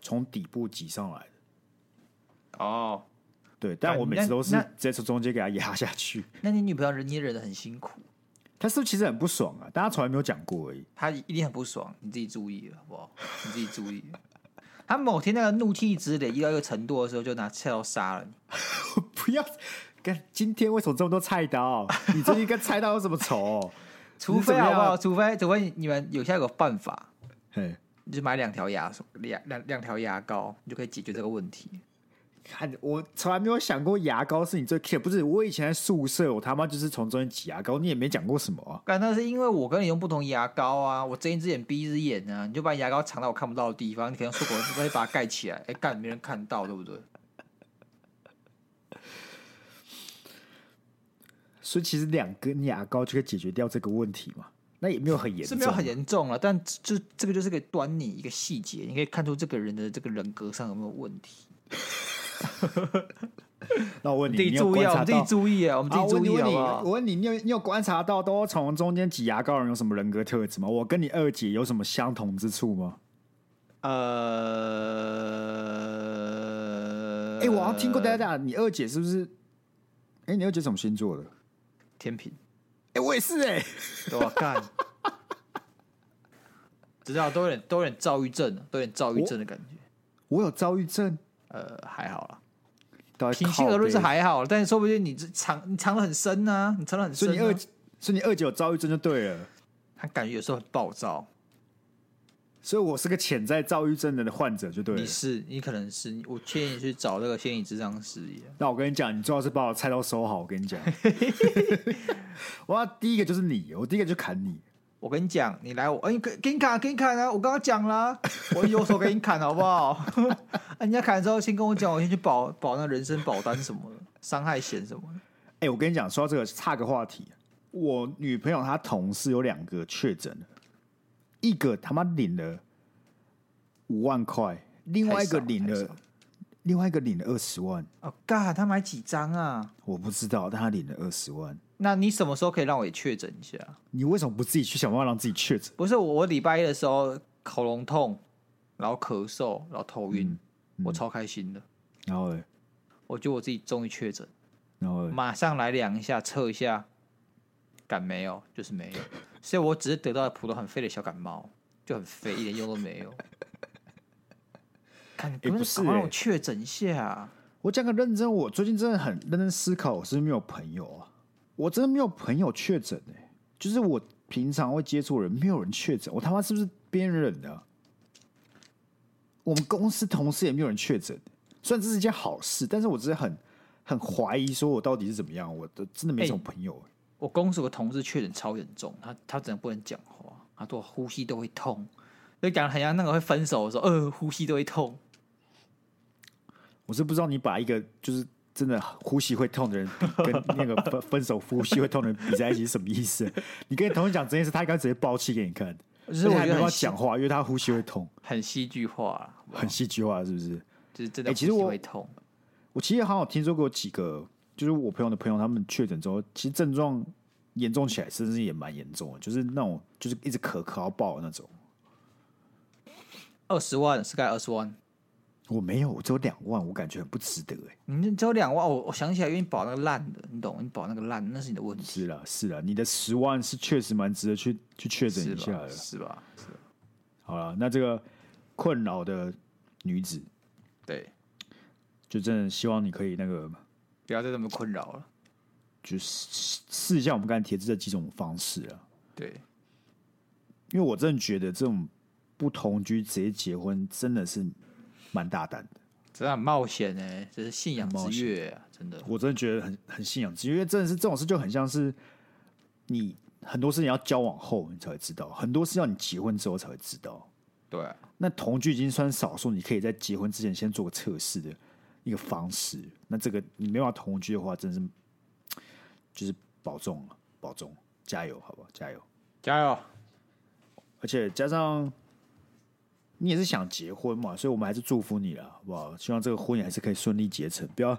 [SPEAKER 1] 从底部挤上来的，
[SPEAKER 2] 哦，
[SPEAKER 1] 对，但
[SPEAKER 2] 啊
[SPEAKER 1] 我每
[SPEAKER 2] 那
[SPEAKER 1] 次都是
[SPEAKER 2] 那
[SPEAKER 1] 直接从中间给她压下去。
[SPEAKER 2] 那你女朋友忍你忍的很辛苦，
[SPEAKER 1] 她是不是其实很不爽啊？大家从来没有讲过而已。
[SPEAKER 2] 她一定很不爽，你自己注意了，好不好？你自己注意了。她某天那个怒气值累积到一个程度的时候，就拿菜刀杀了你。
[SPEAKER 1] 不要，干今天为什么这么多菜 *laughs* 刀？你最近跟菜刀有什么仇？
[SPEAKER 2] 除非好不
[SPEAKER 1] 你
[SPEAKER 2] 好？除非除非你们有下一个办法，
[SPEAKER 1] 嘿，
[SPEAKER 2] 你就买两条牙两两两条牙膏，你就可以解决这个问题。
[SPEAKER 1] 看我从来没有想过牙膏是你最 care，不是？我以前在宿舍，我他妈就是从中间挤牙膏，你也没讲过什么啊。
[SPEAKER 2] 但那是因为我跟你用不同牙膏啊，我睁一只眼闭一只眼啊，你就把牙膏藏到我看不到的地方，你可能漱口再把它盖起来，哎、干没人看到，对不对？
[SPEAKER 1] 所以其实两根牙膏就可以解决掉这个问题嘛？那也没有很严
[SPEAKER 2] 是
[SPEAKER 1] 重，啊
[SPEAKER 2] 没有很。严重了，但就这个就是个端倪，一个细节，你可以看出这个人的这个人格上有没有问题。
[SPEAKER 1] 那我问你，
[SPEAKER 2] 自己
[SPEAKER 1] 你有
[SPEAKER 2] 注意
[SPEAKER 1] 观
[SPEAKER 2] 啊，我
[SPEAKER 1] 察
[SPEAKER 2] 们自
[SPEAKER 1] 到
[SPEAKER 2] 己？注意啊，我们自
[SPEAKER 1] 啊，
[SPEAKER 2] 己
[SPEAKER 1] 我问你，
[SPEAKER 2] 注意
[SPEAKER 1] 问
[SPEAKER 2] 好
[SPEAKER 1] 你，
[SPEAKER 2] 不
[SPEAKER 1] 我
[SPEAKER 2] 好？
[SPEAKER 1] 问你，你有你有观察到都从中间挤牙膏的人有什么人格特质吗？我跟你二姐有什么相同之处吗？
[SPEAKER 2] 呃，
[SPEAKER 1] 哎、我好像听过，大家讲你二姐是不是？哎、你二姐什么星座的？
[SPEAKER 2] 天平，
[SPEAKER 1] 哎、我也是哎、
[SPEAKER 2] 对吧？干， *laughs* 知道都有点都有点躁郁症啊，都有点躁郁症的感觉。
[SPEAKER 1] 我有躁郁症。
[SPEAKER 2] 呃，还好啦。
[SPEAKER 1] 到底
[SPEAKER 2] 平心而论是
[SPEAKER 1] 靠背，
[SPEAKER 2] 还好，但是说不定你这藏你藏的很深呢、你藏的很深、
[SPEAKER 1] 所以
[SPEAKER 2] 啊。
[SPEAKER 1] 你二，所以你二姐有躁郁症就对了。
[SPEAKER 2] 他感觉有时候很暴躁，
[SPEAKER 1] 所以我是个潜在躁郁症的患者，就对了
[SPEAKER 2] 你。是你可能是，你我建议你去找那个心理智商师也。
[SPEAKER 1] 那我跟你讲，你最好是把我菜刀收好。我跟你
[SPEAKER 2] *laughs*
[SPEAKER 1] 讲，我要第一个就是你，我第一个就砍你。
[SPEAKER 2] 我跟你讲，你来我，哎、给给你砍，给你砍啊！我刚刚讲啦，我有手给你砍，好不好？ *laughs* 啊，人家砍之后先跟我讲，我先去保保那人身保单什么的，伤害险什么的。
[SPEAKER 1] 哎、我跟你讲，说到这个，岔个话题。我女朋友她同事有两个确诊了，一个他妈领了五万块，另外一个
[SPEAKER 2] 太少
[SPEAKER 1] 领
[SPEAKER 2] 太
[SPEAKER 1] 了
[SPEAKER 2] 少，
[SPEAKER 1] 另外一个领了二十万，
[SPEAKER 2] 哦，干，他买几张啊？
[SPEAKER 1] 我不知道，但他领了二十万。
[SPEAKER 2] 那你什么时候可以让我也确诊一下？
[SPEAKER 1] 你为什么不自己去想办法让自己确诊？
[SPEAKER 2] 不是我，我礼拜一的时候喉咙痛，然后咳嗽，然后头晕，我超开心的，
[SPEAKER 1] 然后嘞，
[SPEAKER 2] 我觉得我自己终于确诊，
[SPEAKER 1] 然后嘞，
[SPEAKER 2] 马上来量一下，测一下，感没有，就是没有，所以我只是得到了普通很废的小感冒，就很废，一点用都没有。看，
[SPEAKER 1] 不
[SPEAKER 2] 能
[SPEAKER 1] 是
[SPEAKER 2] 赶快让
[SPEAKER 1] 欸
[SPEAKER 2] 我确诊一下啊、
[SPEAKER 1] 我讲个认真，我最近真的很认真思考，我是不是没有朋友啊？我真的没有朋友确诊哎，就是我平常会接触的人，没有人确诊，我他妈是不是边缘的啊、我们公司同事也没有人确诊，虽然这是一件好事，但是我只是很很怀疑，说我到底是怎么样？我都真的没什么朋友、欸
[SPEAKER 2] 我公司有个同事确诊超严重，他他真的不能讲话，他说呼吸都会痛，就讲得很像那个会分手的时候，呃，呼吸都会痛。
[SPEAKER 1] 我是不知道你把一个就是真的呼吸会痛的人比跟那个分分手呼吸会痛的人比在一起是什么意思？ *laughs* 你跟你同事讲这件事，他应该直接爆气给你看，
[SPEAKER 2] 就
[SPEAKER 1] 而
[SPEAKER 2] 是
[SPEAKER 1] 且
[SPEAKER 2] 我
[SPEAKER 1] 他还
[SPEAKER 2] 觉
[SPEAKER 1] 没办
[SPEAKER 2] 得很
[SPEAKER 1] 法
[SPEAKER 2] 戏
[SPEAKER 1] 讲话，因为他呼吸会痛，
[SPEAKER 2] 很戏剧化啊，
[SPEAKER 1] 很戏剧化，是不是？
[SPEAKER 2] 就是真
[SPEAKER 1] 欸
[SPEAKER 2] 的呼
[SPEAKER 1] 其
[SPEAKER 2] 吸
[SPEAKER 1] 实我
[SPEAKER 2] 会痛。
[SPEAKER 1] 我其实好像有听说过几个，就是我朋友的朋友，他们确诊之后，其实症状严重起来，甚至也蛮严重的，就是那种就是一直咳咳到爆的那种。
[SPEAKER 2] 二十万是该二十万，
[SPEAKER 1] 我没有，我只有两万，我感觉很不值得哎、
[SPEAKER 2] 你那只有两万，我哦我想起来，因为你保那个烂的，你懂？你保那个烂，那是你的问题，
[SPEAKER 1] 是啦，是啦，你的十万是确实蛮值得去去确诊
[SPEAKER 2] 是
[SPEAKER 1] 一下
[SPEAKER 2] 吧？
[SPEAKER 1] 的。
[SPEAKER 2] 是吧？是吧
[SPEAKER 1] 好了，那这个困扰的女子，
[SPEAKER 2] 对，
[SPEAKER 1] 就真的希望你可以那个，
[SPEAKER 2] 不要再这么困扰了。
[SPEAKER 1] 就是试试一下我们刚才提示的几种方式啊。
[SPEAKER 2] 对，
[SPEAKER 1] 因为我真的觉得这种不同居直接结婚真的是蛮大胆的，
[SPEAKER 2] 真的很冒险呢、欸这是信仰
[SPEAKER 1] 很冒
[SPEAKER 2] 之
[SPEAKER 1] 险
[SPEAKER 2] 跃、啊，真的。
[SPEAKER 1] 我真的觉得很很信仰，因为真的是这种事就很像是你很多事情要交往后你才会知道，很多事要你结婚之后才会知道。
[SPEAKER 2] 对啊、
[SPEAKER 1] 那同居已经算少数，你可以在结婚之前先做个测试的一个方式。那这个你没办法同居的话，真是就是保重啊，保重，加油，好不好？加油！
[SPEAKER 2] 加油！
[SPEAKER 1] 而且加上你也是想结婚嘛，所以我们还是祝福你了，好不好？希望这个婚也还是可以顺利结成，不要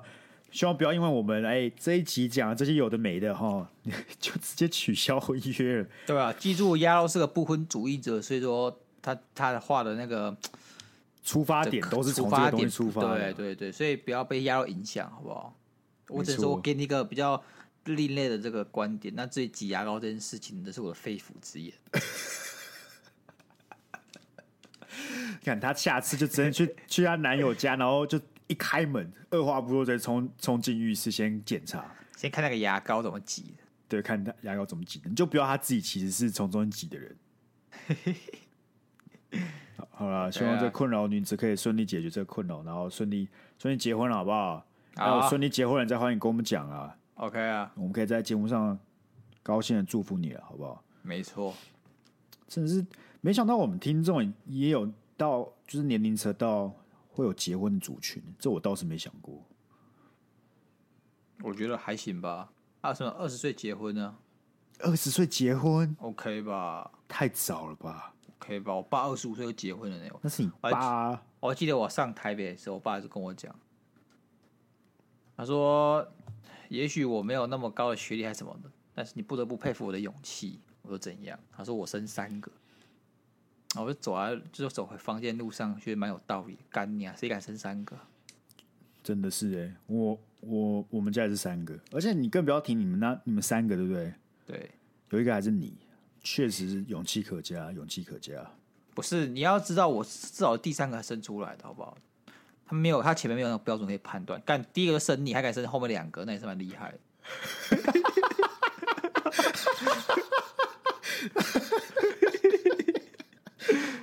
[SPEAKER 1] 希望不要因为我们哎、这一集讲的这些有的没的哈， *laughs* 你就直接取消婚约了。
[SPEAKER 2] 对啊，记住，亚肉是个不婚主义者，所以说他他的话的那个
[SPEAKER 1] 出发点都是从这个东西出发的，
[SPEAKER 2] 对对对，所以不要被压到影响，好不好？我只能
[SPEAKER 1] 没
[SPEAKER 2] 说
[SPEAKER 1] 错
[SPEAKER 2] 我给你一个比较另类的这个观点。那至于挤牙膏这件事情，那是我的肺腑之言。
[SPEAKER 1] 看她下次就直接去 *laughs* 去她男友家，然后就一开门，二话不说直接冲冲进浴室先检查，
[SPEAKER 2] 先看那个牙膏怎么挤的，
[SPEAKER 1] 对，看她牙膏怎么挤的，你就不要她自己其实是从中间挤的人。 *laughs* 好好啦，希望
[SPEAKER 2] 对
[SPEAKER 1] 这
[SPEAKER 2] 啊
[SPEAKER 1] 困扰女子可以顺利解决这个困扰，然后顺利顺利结婚了，好不好？还有
[SPEAKER 2] 好
[SPEAKER 1] 顺利结婚了，再欢迎跟我们讲啊，
[SPEAKER 2] OK 啊，
[SPEAKER 1] 我们可以在节目上高兴的祝福你了，好不好？
[SPEAKER 2] 没错，
[SPEAKER 1] 真的是没想到我们听众也有到，就是年龄层到会有结婚的族群，这我倒是没想过。
[SPEAKER 2] 我觉得还行吧。啊，什么二十岁结婚呢
[SPEAKER 1] 二十岁结婚
[SPEAKER 2] ？OK 吧
[SPEAKER 1] 太早了吧？
[SPEAKER 2] ，OK 吧。我爸二十五岁就结婚了呢。
[SPEAKER 1] 那是你
[SPEAKER 2] 哎
[SPEAKER 1] 爸啊
[SPEAKER 2] 我记得我上台北的时候，我爸就跟我讲，他说：“也许我没有那么高的学历还是什么的，但是你不得不佩服我的勇气。”我说：“怎样？”他说：“我生三个。”然后我就走啊，就是走回房间路上，觉得蛮有道理。干你啊，谁敢生三个？
[SPEAKER 1] 真的是哎、我我我们家也是三个，而且你更不要提你们那你们三个对不对？
[SPEAKER 2] 对，
[SPEAKER 1] 有一个还是你，确实是勇气可嘉，勇气可嘉。
[SPEAKER 2] 不是你要知道，我是至少第三个生出来的，好不好？他没有，他前面没有那个标准可以判断。干第一个就生你，还敢生后面两个，那也是蛮厉害的。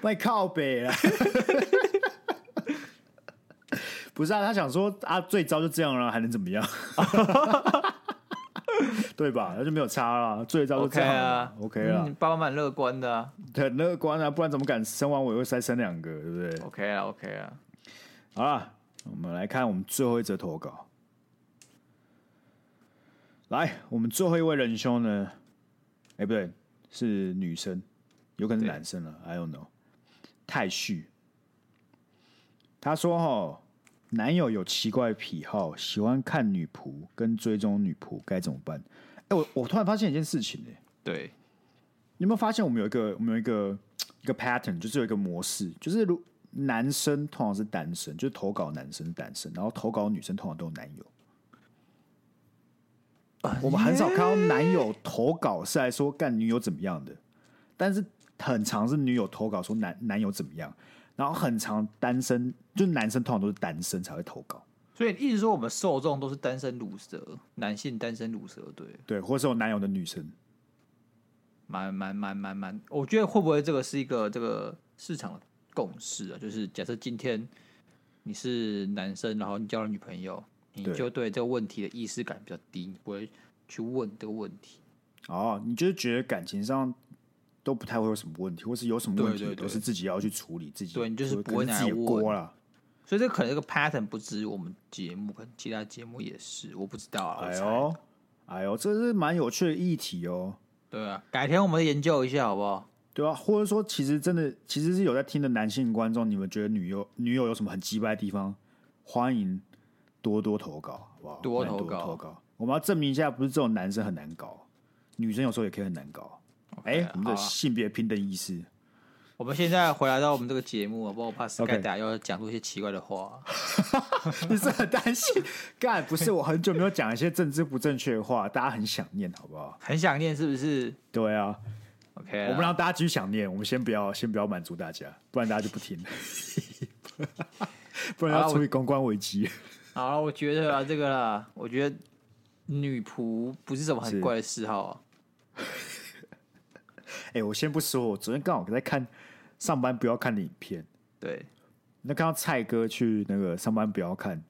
[SPEAKER 1] 卖靠北了。 *laughs* 不是啊，他想说啊，最糟就这样了，还能怎么样？ *laughs* 对吧？那就没有差了，最糟就这
[SPEAKER 2] OK
[SPEAKER 1] 样
[SPEAKER 2] 啊
[SPEAKER 1] 了，OK 了
[SPEAKER 2] 嗯你，爸妈蛮乐观的啊
[SPEAKER 1] 很乐观啊，不然怎么敢生完我又再生两个，对不对？
[SPEAKER 2] ，OK 啊，OK 啊，
[SPEAKER 1] 好了，我们来看我们最后一则投稿。来，我们最后一位仁兄呢？哎、不对，是女生，有可能是
[SPEAKER 2] 对
[SPEAKER 1] 男生了，I don't know。太旭，他说：“哦，男友有奇怪的癖好，喜欢看女仆跟追踪女仆，该怎么办？”哎、我我突然发现一件事情、哎，
[SPEAKER 2] 对，
[SPEAKER 1] 你有没有发现我们有一个我们有一个一个 pattern，就是有一个模式，就是如男生通常是单身，就是投稿男生单身，然后投稿女生通常都有男友。我们很少看到男友投稿是来说干女友怎么样的，但是很常是女友投稿说男男友怎么样，然后很常单身，就男生通常都是单身才会投稿，
[SPEAKER 2] 所以你一直说我们受众都是单身乳蛇，男性单身乳蛇，对，
[SPEAKER 1] 对，或是有男友的女生，
[SPEAKER 2] 蛮蛮蛮蛮蛮，我觉得会不会这个是一个这个市场的共识啊？就是假设今天你是男生，然后你交了女朋友，你
[SPEAKER 1] 对
[SPEAKER 2] 就对这个问题的意识感比较低，你不会去问这个问题。
[SPEAKER 1] 哦，你就是觉得感情上都不太会有什么问题，或是有什么问题
[SPEAKER 2] 对对对
[SPEAKER 1] 都是自己要去处理，自己
[SPEAKER 2] 对你就是不会
[SPEAKER 1] 可能
[SPEAKER 2] 拿
[SPEAKER 1] 自
[SPEAKER 2] 来
[SPEAKER 1] 己的锅啦。
[SPEAKER 2] 所以这可能这个 pattern 不止我们节目，可能其他节目也是，我不知道啊。我
[SPEAKER 1] 哎
[SPEAKER 2] 猜
[SPEAKER 1] 呦，哎呦，这是蛮有趣的议题哦。
[SPEAKER 2] 对啊，改天我们研究一下好不好？
[SPEAKER 1] 对啊，或者说，其实真的，其实是有在听的男性观众，你们觉得女友女友有什么很鸡掰的地方，欢迎多多投稿，好不好？
[SPEAKER 2] 多
[SPEAKER 1] 欢迎
[SPEAKER 2] 投
[SPEAKER 1] 多
[SPEAKER 2] 稿
[SPEAKER 1] 投稿。我们要证明一下，不是这种男生很难搞，女生有时候也可以很难搞。哎、
[SPEAKER 2] OK，
[SPEAKER 1] 我们的
[SPEAKER 2] 好啊
[SPEAKER 1] 性别平等意识，
[SPEAKER 2] 我们现在回来到我们这个节目啊，不然我怕 Sky
[SPEAKER 1] OK
[SPEAKER 2] 打要讲出一些奇怪的话。
[SPEAKER 1] *laughs* 你是很担心？干，不是我很久没有讲一些政治不正确的话，大家很想念，好不好？
[SPEAKER 2] 很想念是不是
[SPEAKER 1] 对啊，
[SPEAKER 2] ？OK，啦
[SPEAKER 1] 我们让大家继续想念，我们先不要先不要满足大家，不然大家就不听， *laughs* 不然
[SPEAKER 2] 好
[SPEAKER 1] 要
[SPEAKER 2] 啦
[SPEAKER 1] 处理公关危机。
[SPEAKER 2] 好了，我觉得啊，这个啦，我觉得女仆不是什么很
[SPEAKER 1] 是
[SPEAKER 2] 怪的嗜好啊。
[SPEAKER 1] 哎、我先不说，我昨天刚好在看上班不要看的影片，
[SPEAKER 2] 对，
[SPEAKER 1] 那看到蔡哥去那个上班不要看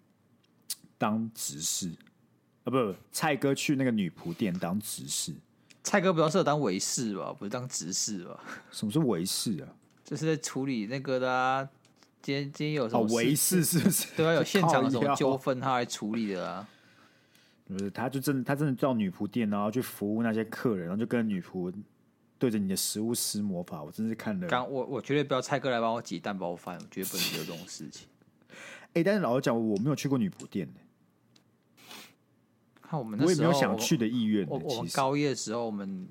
[SPEAKER 1] 当执事啊，不不，蔡哥去那个女仆店当执事。
[SPEAKER 2] 蔡哥比较适合当维士吧，不是当执事吧？
[SPEAKER 1] 什么是维氏啊？
[SPEAKER 2] 就是在处理那个的、啊，今天今天有什
[SPEAKER 1] 哦，
[SPEAKER 2] 么事
[SPEAKER 1] 维氏是不是？
[SPEAKER 2] 对啊，有现场有什
[SPEAKER 1] 靠
[SPEAKER 2] 么
[SPEAKER 1] 腰
[SPEAKER 2] 纠纷，他来处理的啊。
[SPEAKER 1] 不是，他就真的他真的到女仆店，然后去服务那些客人，然后就跟女仆对着你的食物施魔法，我真是看了。
[SPEAKER 2] 刚我我绝对不要蔡哥来帮我挤蛋包饭，我绝对不能有这种事情。
[SPEAKER 1] 哎、但是老实讲，我没有去过女仆店、
[SPEAKER 2] 看我们那
[SPEAKER 1] 我也
[SPEAKER 2] 时
[SPEAKER 1] 没
[SPEAKER 2] 候，
[SPEAKER 1] 有想去的意愿、
[SPEAKER 2] 我
[SPEAKER 1] 欸。
[SPEAKER 2] 我我
[SPEAKER 1] 其
[SPEAKER 2] 们
[SPEAKER 1] 实
[SPEAKER 2] 高一的时候，我们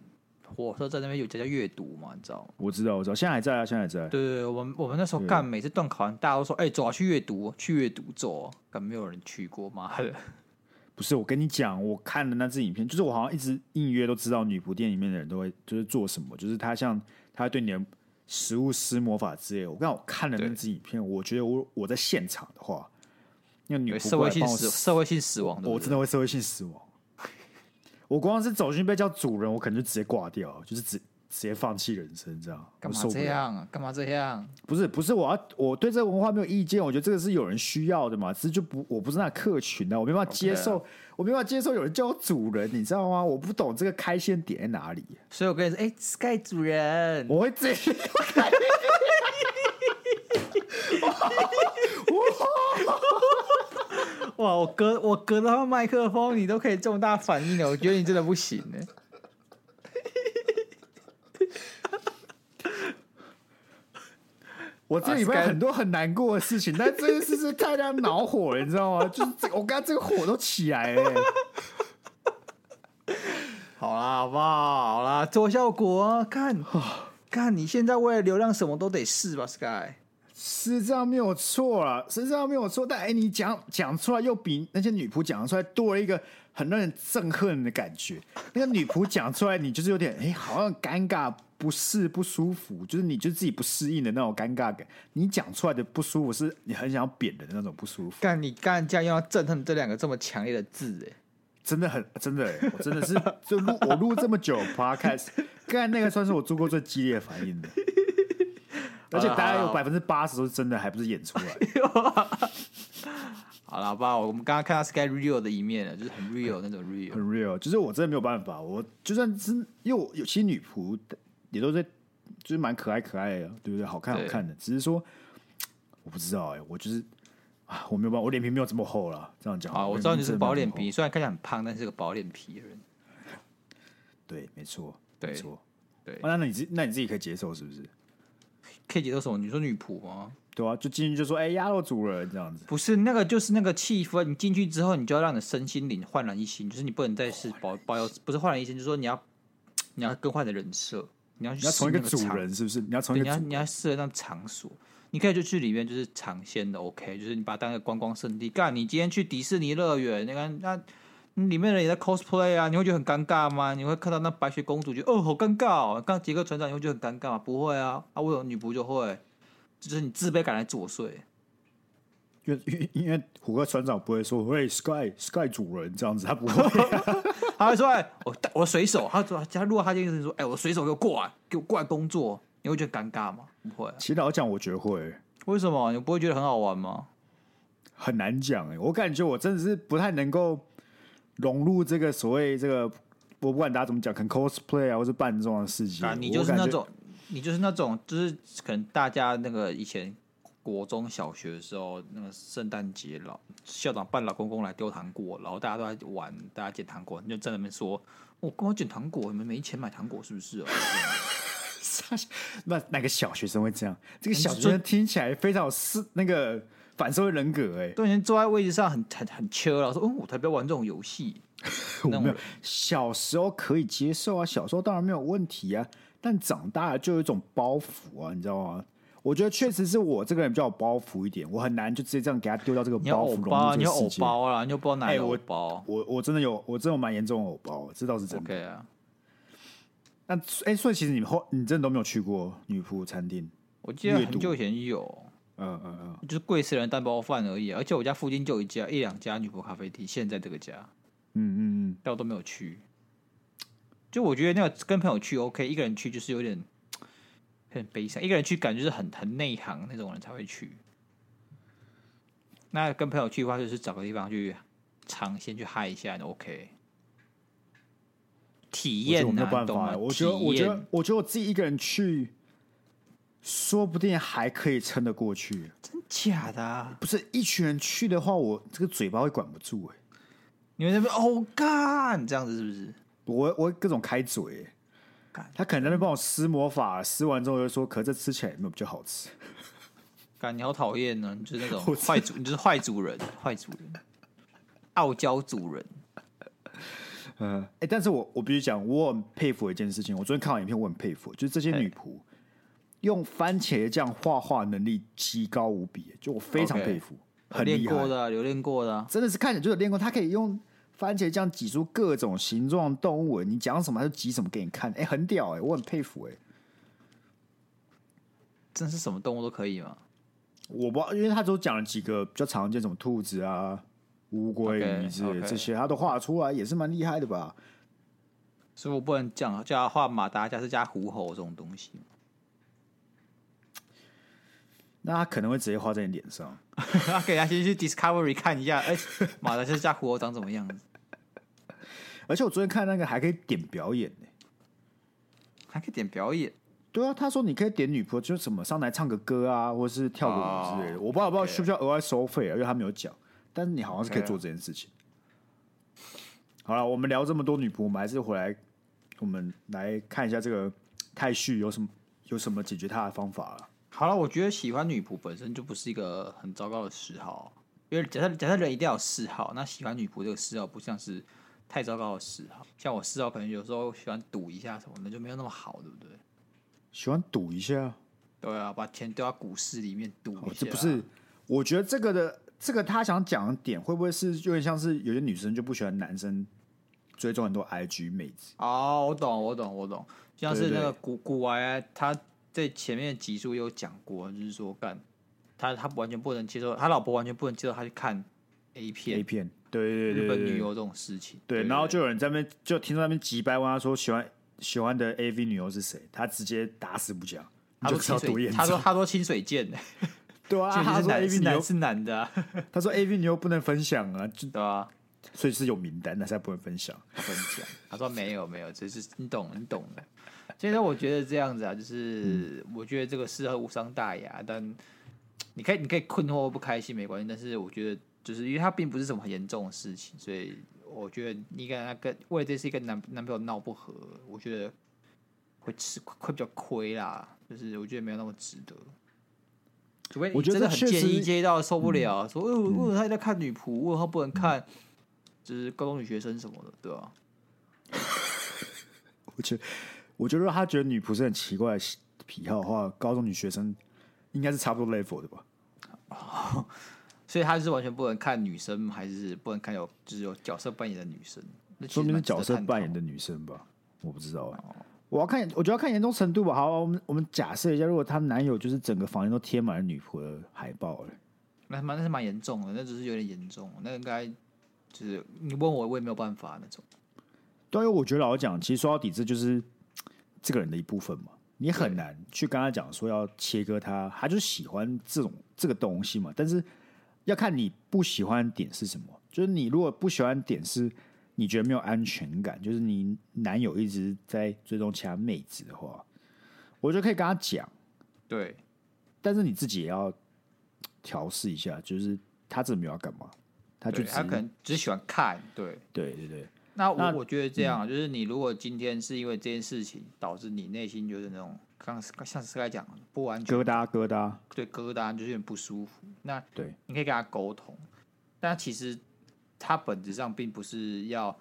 [SPEAKER 2] 火车站那边有家叫阅读嘛，你知道吗？
[SPEAKER 1] 我知道，我知道，现在还在啊，现在还在。
[SPEAKER 2] 对对对，我们我们那时
[SPEAKER 1] 嗯
[SPEAKER 2] 候干，每次段考完，大家都说：“哎、走啊，去阅读，去阅读走、啊。”干没有人去过，妈的！
[SPEAKER 1] 不是，我跟你讲，我看了那支影片，就是我好像一直隐约都知道女仆店里面的人都会就是做什么，就是他像他对你的食物施魔法之类的。我刚我看了那
[SPEAKER 2] 对
[SPEAKER 1] 支影片，我觉得我我在现场的话，那个女
[SPEAKER 2] 有
[SPEAKER 1] 仆
[SPEAKER 2] 社
[SPEAKER 1] 过
[SPEAKER 2] 会
[SPEAKER 1] 来
[SPEAKER 2] 性
[SPEAKER 1] 帮我
[SPEAKER 2] 死，社会性死亡的，
[SPEAKER 1] 我真的会社会性死亡。我光是走进去被叫主人，我可能就直接挂掉，就是直直接放弃人生这样。
[SPEAKER 2] 干
[SPEAKER 1] 我
[SPEAKER 2] 嘛
[SPEAKER 1] 受不
[SPEAKER 2] 这
[SPEAKER 1] 了？
[SPEAKER 2] 样啊？干嘛这样？
[SPEAKER 1] 不是不是，我要我对这个文化没有意见，我觉得这个是有人需要的嘛，只是就不我不是那客群啊的、我没办法
[SPEAKER 2] 啊
[SPEAKER 1] 接受我没办法接受有人叫我主人，你知道吗？我不懂这个开线点在哪里，
[SPEAKER 2] 所以我跟你说，哎、s k y 主人，
[SPEAKER 1] 我会自己。
[SPEAKER 2] 哇，我隔我隔着他们麦克风，你都可以这么大反应了，我觉得你真的不行
[SPEAKER 1] *laughs*
[SPEAKER 2] 欸呢、
[SPEAKER 1] 我这礼
[SPEAKER 2] 啊
[SPEAKER 1] 拜
[SPEAKER 2] ，Sky-
[SPEAKER 1] 很多很难过的事情，但这件事是太让人恼火了，你知道吗？就是这我刚才这个火都起来了、欸
[SPEAKER 2] 好啦，好不好？好啦，做效果
[SPEAKER 1] *sighs*
[SPEAKER 2] 啊，看，看你现在为了流量什么都得试吧，Sky。
[SPEAKER 1] 是这样没有错啦，是这样没有错。但哎、你讲讲出来又比那些女仆讲出来多了一个很让人憎恨的感觉。那个女仆讲出来，你就是有点哎、好像尴尬、不适、不舒服，就是你就自己不适应的那种尴尬感。你讲出来的不舒服，是你很想要扁人的那种不舒服，
[SPEAKER 2] 干你干，竟然用到“憎恨”这两个这么强烈的字、哎。
[SPEAKER 1] 真的很真的、欸，我真的是就录我
[SPEAKER 2] *laughs*
[SPEAKER 1] 录这么久 podcast，刚才那个算是我做过最激烈的反应的。而且大概有
[SPEAKER 2] 哦好
[SPEAKER 1] 百
[SPEAKER 2] 啦
[SPEAKER 1] 分之八十都是真的，还不是演出来。
[SPEAKER 2] 好了，好吧，我们刚刚看到 Sky Real 的一面了，就是很 real 那种 real
[SPEAKER 1] 哎很。real，就是我真的没有办法，我就算是因为我有些女仆也都在，就是蛮可爱可爱的，对不对？好看好
[SPEAKER 2] 对
[SPEAKER 1] 看的，只是说我不知道哎、我就是啊，我没有办法，我脸皮没有这么厚了，这样讲
[SPEAKER 2] 啊，我
[SPEAKER 1] 脸
[SPEAKER 2] 知道你
[SPEAKER 1] 皮
[SPEAKER 2] 是
[SPEAKER 1] 真的没
[SPEAKER 2] 薄
[SPEAKER 1] 有
[SPEAKER 2] 脸
[SPEAKER 1] 这么
[SPEAKER 2] 皮，虽然看起来很胖，但是个薄脸皮的人。
[SPEAKER 1] 厚，对，没错，
[SPEAKER 2] 对
[SPEAKER 1] 没错，
[SPEAKER 2] 对
[SPEAKER 1] 啊那那你自那你自己可以接受是不是？
[SPEAKER 2] 可以接受什么？你说女仆吗？
[SPEAKER 1] 对啊，就进去就说哎，鸭肉主人这样子，
[SPEAKER 2] 不是，那个就是那个气氛。你进去之后，你就要让你的身心灵焕然一新，就是你不能再是保保有，不是焕然一新，就是说你要你要更换你的人设，你要去
[SPEAKER 1] 你要从一个
[SPEAKER 2] 适应那
[SPEAKER 1] 主
[SPEAKER 2] 场
[SPEAKER 1] 人是不是？你要从
[SPEAKER 2] 对，啊
[SPEAKER 1] 一个
[SPEAKER 2] 你要
[SPEAKER 1] 主
[SPEAKER 2] 你要适合那种场所，你可以就去里面就是尝鲜的，OK，就是你把它当一个观光圣地。干，你今天去迪士尼乐园，那个那那里面的人也在 cosplay 啊，你会觉得很尴尬吗？你会看到那白雪公主就哦好尴尬哦，刚杰克船长你会觉得很尴尬吗？不会啊，啊我有女仆就会，就是你自卑感来作祟。 *laughs*
[SPEAKER 1] 因为因为因为虎哥船长不会说喂 Sky Sky 主人这样子，他不会。 *laughs*
[SPEAKER 2] 他会说哎、我我水手，他说他如果他就是说哎、我水手给我过来，给我过来工作，你会觉得尴尬吗？不会啊、
[SPEAKER 1] 其实老实讲，我觉得会。
[SPEAKER 2] 为什么？你不会觉得很好玩吗？
[SPEAKER 1] 很难讲哎、我感觉我真的是不太能够融入这个所谓这个，我不管大家怎么讲，可能 cosplay 啊，或是扮这种的事情，
[SPEAKER 2] 啊，你
[SPEAKER 1] 我
[SPEAKER 2] 就是
[SPEAKER 1] 感
[SPEAKER 2] 那
[SPEAKER 1] 觉
[SPEAKER 2] 种，你就是那种，就是可能大家那个以前国中小学的时候，那个圣诞节老校长扮老公公来丢糖果，然后大家都在玩，大家捡糖果，你就在那边说，哦我刚刚捡糖果，你们没钱买糖果是不是、啊？
[SPEAKER 1] 那那个小学生会这样，这个
[SPEAKER 2] 嗯
[SPEAKER 1] 小
[SPEAKER 2] 就
[SPEAKER 1] 学生听起来非常有是那个反社会人格哎、
[SPEAKER 2] *laughs* 都已经坐在位置上很很很缺了，说，嗯，我才不要玩这种
[SPEAKER 1] *laughs*
[SPEAKER 2] 游戏。那
[SPEAKER 1] 我
[SPEAKER 2] 种
[SPEAKER 1] 没有
[SPEAKER 2] 人
[SPEAKER 1] 小时候可以接受啊，小时候当然没有问题啊，但长大了就有一种包袱啊，你知道吗？我觉得确实是我这个人比较有包袱一点，我很难就直接这样给他丢掉这个
[SPEAKER 2] 你要
[SPEAKER 1] 包
[SPEAKER 2] 偶
[SPEAKER 1] 袱，
[SPEAKER 2] 包
[SPEAKER 1] 融入
[SPEAKER 2] 啊，你
[SPEAKER 1] 这
[SPEAKER 2] 要
[SPEAKER 1] 个世
[SPEAKER 2] 偶
[SPEAKER 1] 界。
[SPEAKER 2] 包啊，你就不知道哪
[SPEAKER 1] 哎
[SPEAKER 2] 里有
[SPEAKER 1] 我
[SPEAKER 2] 偶包。
[SPEAKER 1] 我我真的有，我真的有蛮严重的偶包，这倒是真的。
[SPEAKER 2] OK 啊，
[SPEAKER 1] 那哎、所以其实你们后你真的都没有去过女仆餐厅？
[SPEAKER 2] 我记得
[SPEAKER 1] 阅
[SPEAKER 2] 很
[SPEAKER 1] 读
[SPEAKER 2] 久以前有，
[SPEAKER 1] 嗯嗯嗯，
[SPEAKER 2] 就是贵死人蛋包饭而已啊，而且我家附近就有一家一两家女仆咖啡厅，现在这个家。
[SPEAKER 1] 嗯嗯
[SPEAKER 2] 但我都没有去。就我觉得那个跟朋友去 OK，一个人去就是有点有点悲伤，一个人去感觉就是很很内行那种人才会去。那跟朋友去的话，就是找个地方去尝鲜去嗨一下就 OK。体
[SPEAKER 1] 嗯，我觉得我
[SPEAKER 2] 验
[SPEAKER 1] 没有
[SPEAKER 2] 呐、
[SPEAKER 1] 办
[SPEAKER 2] 你懂
[SPEAKER 1] 法
[SPEAKER 2] 吗
[SPEAKER 1] 欸，？我觉得我
[SPEAKER 2] 体
[SPEAKER 1] 觉
[SPEAKER 2] 验
[SPEAKER 1] 得我觉得我自己一个人去，说不定还可以撑得过去。
[SPEAKER 2] 真假的、啊，
[SPEAKER 1] 不是一群人去的话，我这个嘴巴会管不住哎、
[SPEAKER 2] 你们那边哦干这样子是不是？
[SPEAKER 1] 我我会各种开嘴欸、
[SPEAKER 2] 干
[SPEAKER 1] 他可能在那边帮我施魔法，施完之后就说：“可这吃起来有没有比较好吃
[SPEAKER 2] 干你好讨厌呢，你就是那种
[SPEAKER 1] 我知
[SPEAKER 2] 坏主，你就是坏主人，坏主人，傲娇主人。？”
[SPEAKER 1] 嗯，哎、但是我我必须讲，我很佩服一件事情。我昨天看完影片，我很佩服，就是这些女仆用番茄酱画画能力极高无比欸、就我非常
[SPEAKER 2] OK
[SPEAKER 1] 佩服很
[SPEAKER 2] 练
[SPEAKER 1] 厉害
[SPEAKER 2] 过。的啊、有练过的啊、
[SPEAKER 1] 真的是看起来就有练过，他可以用番茄酱挤出各种形状动物，你讲什么他就挤什么给你看，哎、很屌哎、我很佩服哎、
[SPEAKER 2] 真是什么动物都可以吗？
[SPEAKER 1] 我不知道，因为他都讲了几个比较常见，什么兔子啊、乌龟、
[SPEAKER 2] OK，
[SPEAKER 1] 鱼之类的
[SPEAKER 2] OK
[SPEAKER 1] 这些，他都画出来，也是蛮厉害的吧？
[SPEAKER 2] 所以我不能讲叫他画马达加是加虎吼这种东西。
[SPEAKER 1] 那他可能会直接画在你脸上，
[SPEAKER 2] *laughs* 他给他先去 Discovery 看一下，哎、马达加斯加虎吼长怎么样子？
[SPEAKER 1] 而且我昨天看那个还可以点表演呢、
[SPEAKER 2] 还可以点表演，
[SPEAKER 1] 对啊，他说你可以点女仆，就是什么上台唱个歌啊，或是跳个舞之类的。
[SPEAKER 2] 哦
[SPEAKER 1] 我不知道，我不知道
[SPEAKER 2] OK
[SPEAKER 1] 需不需要额外收费啊，因为他没有讲。但是你好像是可以
[SPEAKER 2] OK 啊
[SPEAKER 1] 做这件事情。好了，我们聊这么多女仆，我们还是回来，我们来看一下这个太旭有什么有什么解决他的方法啊了。
[SPEAKER 2] 好了，我觉得喜欢女仆本身就不是一个很糟糕的嗜好，因为假设假设人一定要有嗜好，那喜欢女仆这个嗜好不像是太糟糕的嗜好。像我嗜好可能有时候喜欢赌一下什么的，就没有那么好，对不对？
[SPEAKER 1] 喜欢赌一下，
[SPEAKER 2] 对啊，把钱丢到股市里面赌一下、啊
[SPEAKER 1] 哦，这不是？我觉得这个的这个他想讲的点，会不会是有点像是有些女生就不喜欢男生追踪很多 IG 妹子？
[SPEAKER 2] 哦，我懂，我懂，我懂，就像是那
[SPEAKER 1] 对
[SPEAKER 2] 个
[SPEAKER 1] 对
[SPEAKER 2] 古古玩啊，他在前面的集数有讲过，就是说干他他完全不能接受，他老婆完全不能接受他去看 A 片
[SPEAKER 1] A 片，对对对
[SPEAKER 2] 日
[SPEAKER 1] 对
[SPEAKER 2] 本
[SPEAKER 1] 对
[SPEAKER 2] 女优这种事情。
[SPEAKER 1] 对，然后就有人在那边就听到那边急掰问他说喜欢喜欢的 AV 女优是谁，他直接打死不讲。
[SPEAKER 2] 他
[SPEAKER 1] 就
[SPEAKER 2] 说
[SPEAKER 1] 知道
[SPEAKER 2] 清
[SPEAKER 1] 多
[SPEAKER 2] 水，
[SPEAKER 1] 严
[SPEAKER 2] 他说
[SPEAKER 1] 重。
[SPEAKER 2] 他说清水剑的，
[SPEAKER 1] *laughs* 对啊，
[SPEAKER 2] 就
[SPEAKER 1] 他
[SPEAKER 2] 是
[SPEAKER 1] 说 A
[SPEAKER 2] 男
[SPEAKER 1] V
[SPEAKER 2] 是
[SPEAKER 1] 牛
[SPEAKER 2] 男，是男的啊，
[SPEAKER 1] 他说 A V 牛不能分享啊，就
[SPEAKER 2] 对吧？
[SPEAKER 1] 所以是有名单，但是他不能分享。
[SPEAKER 2] 他跟你讲， *laughs* 他说没有没有，这是你懂你懂的。所以呢，我觉得这样子啊，
[SPEAKER 1] 嗯
[SPEAKER 2] 就是、我觉得这个事后无伤大雅，但你可以你可以困惑不开心没关系，但是我觉得就是因为它并不是什么很严重的事情，所以我觉得你跟他跟为了这次跟男男朋友闹不和，我觉得会吃会比较亏啦，就是我觉得没有那么值得。除非你
[SPEAKER 1] 我觉得
[SPEAKER 2] 真的很
[SPEAKER 1] 这确
[SPEAKER 2] 介
[SPEAKER 1] 实嗯
[SPEAKER 2] 意介意到受不了，说哎为为什么他在看女仆，为什么他不能看就是高中女学生什么的，对吧、
[SPEAKER 1] 我觉得，我觉得如果他觉得女仆是很奇怪的癖好的话，高中女学生应该是差不
[SPEAKER 2] 嗯
[SPEAKER 1] 多 level 的吧？
[SPEAKER 2] 所以他是完全不能看女生，还是不能看有就是有角色扮演的女生？那其实
[SPEAKER 1] 说明是
[SPEAKER 2] 蛮值得
[SPEAKER 1] 角色
[SPEAKER 2] 探讨哦
[SPEAKER 1] 扮演的女生吧？我不知道、啊。我要看，我觉得要看严重程度吧。好，我们我们假设一下，如果她男友就是整个房间都贴满了女仆的海报了，
[SPEAKER 2] 那蛮那是蛮严重的，那只是有点严重，那应该就是你问我，我也没有办法那种。
[SPEAKER 1] 对啊，因为我觉得老实讲，其实说到底，这就是这个人的一部分嘛。你很难去跟他讲说要切割他，他就是喜欢这种这个东西嘛。但是要看你不喜欢的点是什么。就是你如果不喜欢的点是你觉得没有安全感，就是你男友一直在追踪其他妹子的话，我觉得可以跟他讲。
[SPEAKER 2] 对，
[SPEAKER 1] 但是你自己也要调试一下，就是他真的没有要干嘛，他就
[SPEAKER 2] 对
[SPEAKER 1] 只
[SPEAKER 2] 他可
[SPEAKER 1] 是
[SPEAKER 2] 能只是喜欢看，对。
[SPEAKER 1] 对对对，
[SPEAKER 2] 那我
[SPEAKER 1] 那嗯
[SPEAKER 2] 我觉得这样，就是你如果今天是因为这件事情导致你内心就是那种刚像是该讲的不安全
[SPEAKER 1] 疙瘩疙瘩，
[SPEAKER 2] 对疙瘩，就是有点不舒服。那
[SPEAKER 1] 对
[SPEAKER 2] 你可以跟他沟通，但其实他本质上并不是要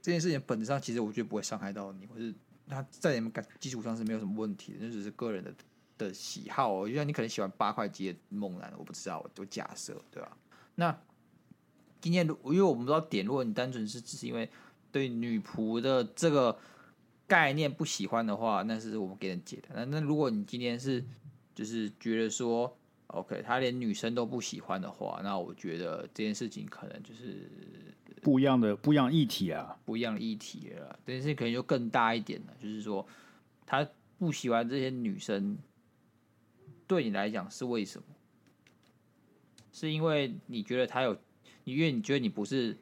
[SPEAKER 2] 这件事情，本质上其实我觉得不会伤害到你，或是他在你们感基础上是没有什么问题的，那只是个人的的喜好、哦。就像你可能喜欢八块肌的猛男，我不知道，我就假设对吧、那今天如因为我们不知道点，如果你单纯是只是因为对女仆的这个概念不喜欢的话，那是我们给人解的。那那如果你今天是就是觉得说，OK，他连女生都不喜欢的话，那我觉得这件事情可能就是
[SPEAKER 1] 不一样的不一样的议题啊。
[SPEAKER 2] 不一样的议题了啦。这件事情可能就更大一点了，就是说他不喜欢这些女生，对你来讲是为什么？是因为你觉得他有，你因为你觉得你不是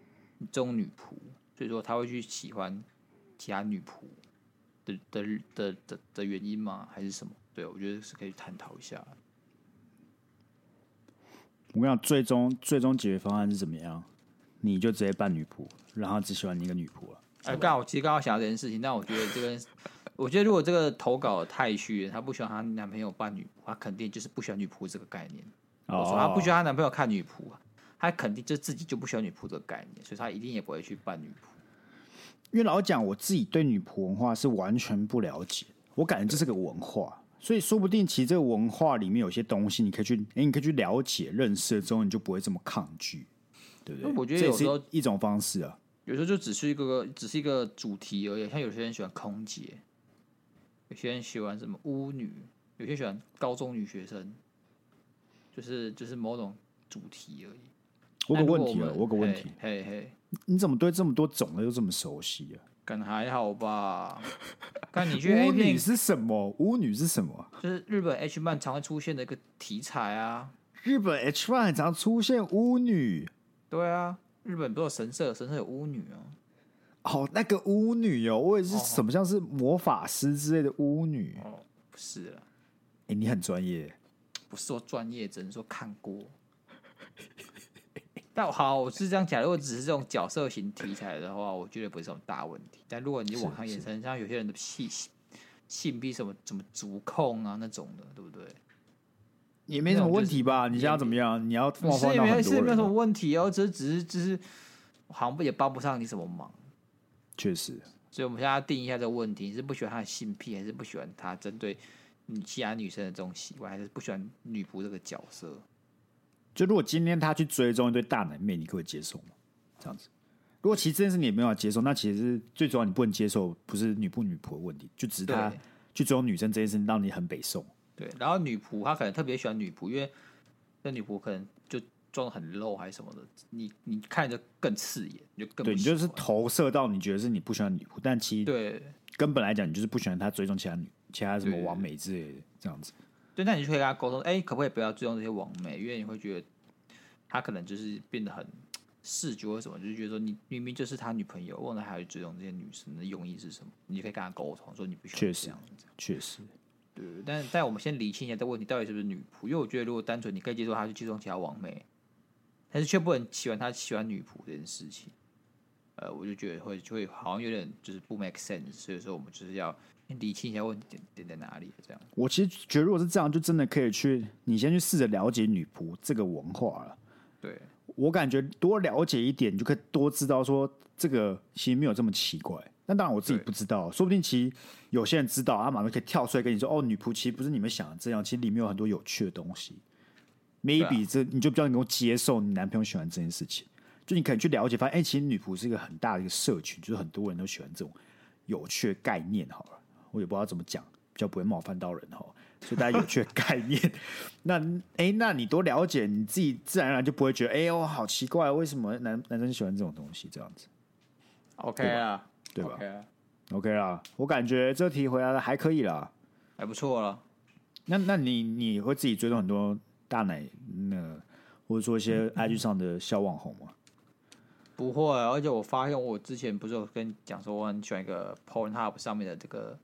[SPEAKER 2] 中女仆，所以说他会去喜欢其他女仆的的的的的原因吗？还是什么？对，我觉得是可以探讨一下的。
[SPEAKER 1] 我跟你讲，最终最终解决方案是怎么样？你就直接扮女仆，然后只喜欢你一个女仆啊。
[SPEAKER 2] 哎，刚好我其实刚好想到这件事情，但我觉得这个， *laughs* 我觉得如果这个投稿太虚了，她不喜欢她男朋友扮女仆，她肯定就是不喜欢女仆这个概念。我说她
[SPEAKER 1] 啊
[SPEAKER 2] 不喜欢她男朋友看女仆，啊她肯定就自己就不喜欢女仆这个概念，所以她一定也不会去扮女仆。
[SPEAKER 1] 因为老实讲，我自己对女仆文化是完全不了解，我感觉这是个文化，所以说不定其实这个文化里面有些东西，你可以去，哎、你可以去了解、认识了之后，你就不会这么抗拒，对不对？
[SPEAKER 2] 那我觉得
[SPEAKER 1] 这也
[SPEAKER 2] 有时候
[SPEAKER 1] 是一种方式啊。
[SPEAKER 2] 有时候就只是一个只是一个主题而已，像有些人喜欢空姐，有些人喜欢什么巫女，有些人喜欢高中女学生，就是就是某种主题而已。
[SPEAKER 1] 我有
[SPEAKER 2] 那
[SPEAKER 1] 个
[SPEAKER 2] 如
[SPEAKER 1] 问
[SPEAKER 2] 果
[SPEAKER 1] 题啊，
[SPEAKER 2] 们
[SPEAKER 1] 我有个问题，，
[SPEAKER 2] 嘿嘿嘿。
[SPEAKER 1] 你怎么对这么多种类都这么熟悉啊？
[SPEAKER 2] 可能还好吧。
[SPEAKER 1] *laughs*
[SPEAKER 2] 看你去 A
[SPEAKER 1] 巫女
[SPEAKER 2] 片，
[SPEAKER 1] 是什么？巫女是什么？
[SPEAKER 2] 就是日本 H 漫常会出现的一个题材啊。
[SPEAKER 1] 日本 H one 很常出现巫女，
[SPEAKER 2] 对啊，日本不是有神社，神社有巫女哦、
[SPEAKER 1] 哦，那个巫女哦，我也是
[SPEAKER 2] 哦
[SPEAKER 1] 什么像是魔法师之类的巫女。哎、
[SPEAKER 2] 哦，不是了，
[SPEAKER 1] 你很专业，
[SPEAKER 2] 不是说专业，只能说看过。但好，我是这样讲，如果只是这种角色型题材的话，我觉得不是什么大问题。但如果你往上延伸，像有些人的性性癖什么什么足控啊那种的，对不对？
[SPEAKER 1] 也没什么问题吧？
[SPEAKER 2] 那种就是
[SPEAKER 1] 你想要怎么样？你要冒
[SPEAKER 2] 是
[SPEAKER 1] 犯
[SPEAKER 2] 也
[SPEAKER 1] 到
[SPEAKER 2] 没
[SPEAKER 1] 很
[SPEAKER 2] 是
[SPEAKER 1] 多
[SPEAKER 2] 没有
[SPEAKER 1] 人
[SPEAKER 2] 什么
[SPEAKER 1] 哦，
[SPEAKER 2] 问题哦，只是只是只是好像也帮不上你什么忙。
[SPEAKER 1] 确实。
[SPEAKER 2] 所以我们现在要定义一下这个问题：你是不喜欢他的性癖，还是不喜欢他针对女其他女生的这种习惯，还是不喜欢女仆这个角色？
[SPEAKER 1] 就如果今天他去追踪一对大奶妹，你可不可以接受吗？这样子，如果其实这件事你也没有办法接受，那其实最主要你不能接受不是女不女仆的问题，就只是他
[SPEAKER 2] 对
[SPEAKER 1] 去追踪女生这件事让你很北宋。
[SPEAKER 2] 对，然后女仆她可能特别喜欢女仆，因为那女仆可能就装的很露还是什么的，你你看着更刺眼，你就更
[SPEAKER 1] 对
[SPEAKER 2] 不
[SPEAKER 1] 你
[SPEAKER 2] 喜
[SPEAKER 1] 就是
[SPEAKER 2] 欢
[SPEAKER 1] 投射到你觉得是你不喜欢的女仆，但其实
[SPEAKER 2] 对
[SPEAKER 1] 根本来讲你就是不喜欢他追踪其他女其他什么
[SPEAKER 2] 对
[SPEAKER 1] 完美之类的这样子。
[SPEAKER 2] 对，那你就可以跟他沟通，哎、可不可以不要注重这些网美？因为你会觉得他可能就是变得很视觉或什么，就是觉得说你明明就是他女朋友，问他还要追踪这些女生的用意是什么？你可以跟他沟通，说你不需
[SPEAKER 1] 确
[SPEAKER 2] 要
[SPEAKER 1] 实
[SPEAKER 2] 这样子。
[SPEAKER 1] 确实，
[SPEAKER 2] 对，但但我们先理清一下这个问题到底是不是女仆，因为我觉得如果单纯你可以接受他去追踪其他网美，但是却不能喜欢他喜欢女仆这件事情，呃，我就觉得会就会好像有点就是不 make sense，所以说我们就是要先理清一下问题点点在哪里这样。
[SPEAKER 1] 我其实觉得如果是这样，就真的可以去，你先去试着了解女仆这个文化了。
[SPEAKER 2] 对，
[SPEAKER 1] 我感觉多了解一点，你就可以多知道说这个其实没有这么奇怪。但当然我自己
[SPEAKER 2] 对
[SPEAKER 1] 不知道，说不定其实有些人知道，他马上可以跳出来跟你说：“哦，女仆其实不是你们想的这样，其实里面有很多有趣的东西。”maybe、这你就比较能够接受你男朋友喜欢这件事情，就你可能去了解，发现哎、其实女仆是一个很大的一个社群，就是很多人都喜欢这种有趣的概念。好了，我也不知道怎么讲，比较不会冒犯到人哈。所以大家有趣的概念，那哎、那你多了解你自己，自然而然就不会觉得哎呦、好奇怪，为什么男男生喜欢这种东西这样子，
[SPEAKER 2] OK 啊，
[SPEAKER 1] 对吧
[SPEAKER 2] o k 啊，
[SPEAKER 1] o k 啦，我感觉这题回答的还可以啦。
[SPEAKER 2] 还不错啊了。
[SPEAKER 1] 那那你你会自己追踪很多大奶那个，或者说一些 IG 上的小网红吗？
[SPEAKER 2] 不会，啊而且我发现我之前不是有跟你讲说我很喜欢一个 Pornhub 上面的这个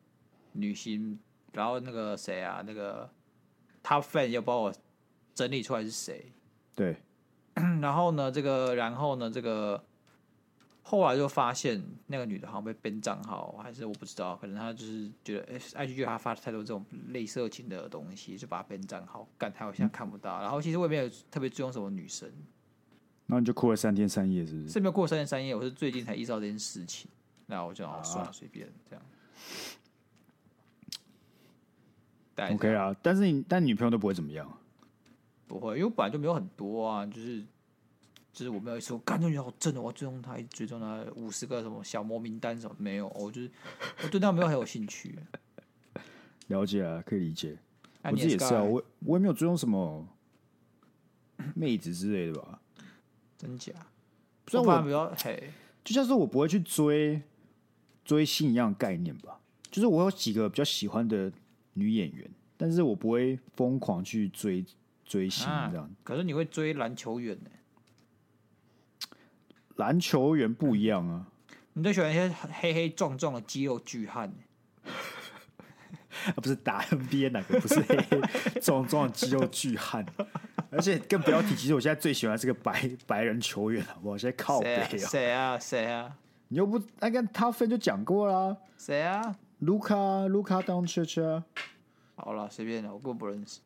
[SPEAKER 2] 女星，然后那个谁啊，那个 Top Fan 要帮我整理出来是谁。
[SPEAKER 1] 对，
[SPEAKER 2] 然后呢，这个然后呢，这个后来就发现那个女的好像被编账号，还是我不知道，可能她就是觉得 S IG 觉得她发太多这种类色情的东西，就把她编账号，干她好像看不到。然后其实我也没有特别注重什么女生，
[SPEAKER 1] 然后你就哭了三天三夜，是不是？
[SPEAKER 2] 是没有过三天三夜，我是最近才意识到这件事情。那我就哦，算了，随便这样。大概是这
[SPEAKER 1] OK
[SPEAKER 2] 样
[SPEAKER 1] 啊，但是你但女朋友都不会怎么样，
[SPEAKER 2] 不会，因为我本来就没有很多啊，就是就是我没有一次我感觉好正的，我要追踪他，一直追踪他五十个什么小魔名单什么没有，我就是我对他没有很有兴趣。
[SPEAKER 1] *laughs* 了解啊，可以理解。我
[SPEAKER 2] 啊你
[SPEAKER 1] 自己也是啊，
[SPEAKER 2] Sky，
[SPEAKER 1] 我我也没有追踪什么 *clears throat* 妹子之类的吧。
[SPEAKER 2] 真假？
[SPEAKER 1] 虽然我
[SPEAKER 2] 我反而比较嘿，
[SPEAKER 1] 就像是我不会去追追星一样的概念吧。就是我有几个比较喜欢的女演员，但是我不会疯狂去追追星
[SPEAKER 2] 啊
[SPEAKER 1] 这样。
[SPEAKER 2] 可是你会追篮球员呢、
[SPEAKER 1] 篮球员不一样啊，
[SPEAKER 2] 你都喜欢一些黑黑壮壮的肌肉巨汉、
[SPEAKER 1] 啊不是打 NBA 哪个不是嘿嘿这种这种肌肉巨汉，而且更不要提，其实我现在最喜欢是个白白人球员，好不好？现在靠
[SPEAKER 2] 谁
[SPEAKER 1] 北
[SPEAKER 2] 啊？
[SPEAKER 1] 啊，
[SPEAKER 2] 谁啊？谁啊？
[SPEAKER 1] 你又不那跟他分就讲过啦，
[SPEAKER 2] 谁啊？
[SPEAKER 1] 卢卡卢卡 d o w n c h u r c h 啊。
[SPEAKER 2] 好了，随便了，我根本不认识。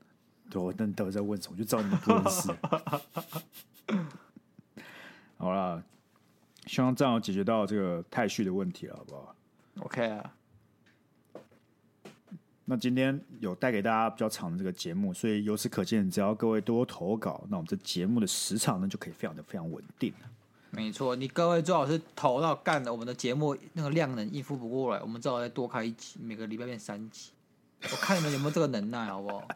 [SPEAKER 1] 对，我那你到底在问什么？我就知道你们不认
[SPEAKER 2] *laughs*
[SPEAKER 1] 识。好啦，希望这样有解决到这个太序的问题了，好不好？
[SPEAKER 2] OK 啊，
[SPEAKER 1] 那今天有带给大家比较长的这个节目，所以由此可见，只要各位多投稿，那我们这节目的时长呢就可以非常的非常稳定了。
[SPEAKER 2] 没错，你各位最好是投到干的，我们的节目那个量能应付不过来，我们最好再多开一集，每个礼拜变三集。我看你们有没有这个能耐，好不好？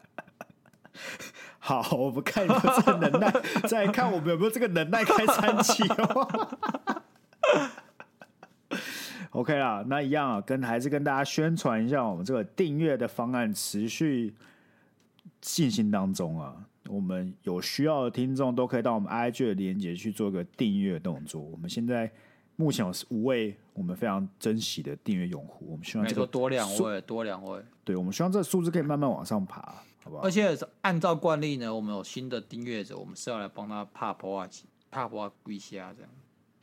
[SPEAKER 1] 好，我们看有没有这个能耐，再看我们有没有这个能耐开三期哦。OK 啦，那一样啊，跟还是跟大家宣传一下，我们这个订阅的方案持续进行当中啊。我们有需要的听众都可以到我们 IG 的连接去做个订阅动作。我们现在目前有五位我们非常珍惜的订阅用户，我们希望
[SPEAKER 2] 没
[SPEAKER 1] 这
[SPEAKER 2] 错，
[SPEAKER 1] 个
[SPEAKER 2] 多两
[SPEAKER 1] 数，
[SPEAKER 2] 位，多两位。
[SPEAKER 1] 对我们希望这个数字可以慢慢往上爬，好不好
[SPEAKER 2] 而？且按照惯例呢，我们有新的订阅者，我们是要来帮他怕破啊，怕破啊，跪下这样。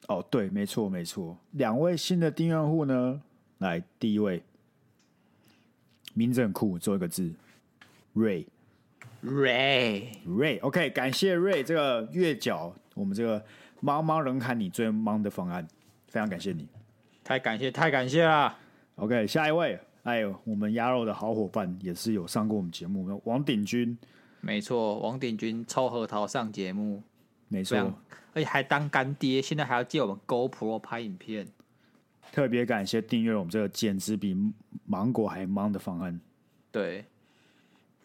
[SPEAKER 1] 哦，对，没错，没错。两位新的订阅户呢，来，第一位，名字很酷，做一个字，Ray
[SPEAKER 2] Ray，
[SPEAKER 1] Ray，OK，、感谢 Ray 这个月缴我们这个茫茫人喊你最忙的方案，非常感谢你。
[SPEAKER 2] 太感谢，太感谢啦！
[SPEAKER 1] OK，下一位，哎呦，我们鸭肉的好伙伴也是有上过我们节目，王鼎钧，
[SPEAKER 2] 没错，王鼎钧抽核桃上节目，
[SPEAKER 1] 没
[SPEAKER 2] 非
[SPEAKER 1] 错
[SPEAKER 2] 常，，而且还当干爹，现在还要借我们 GoPro 拍影片。
[SPEAKER 1] 特别感谢订阅我们这个简直比芒果还忙的方案。
[SPEAKER 2] 对，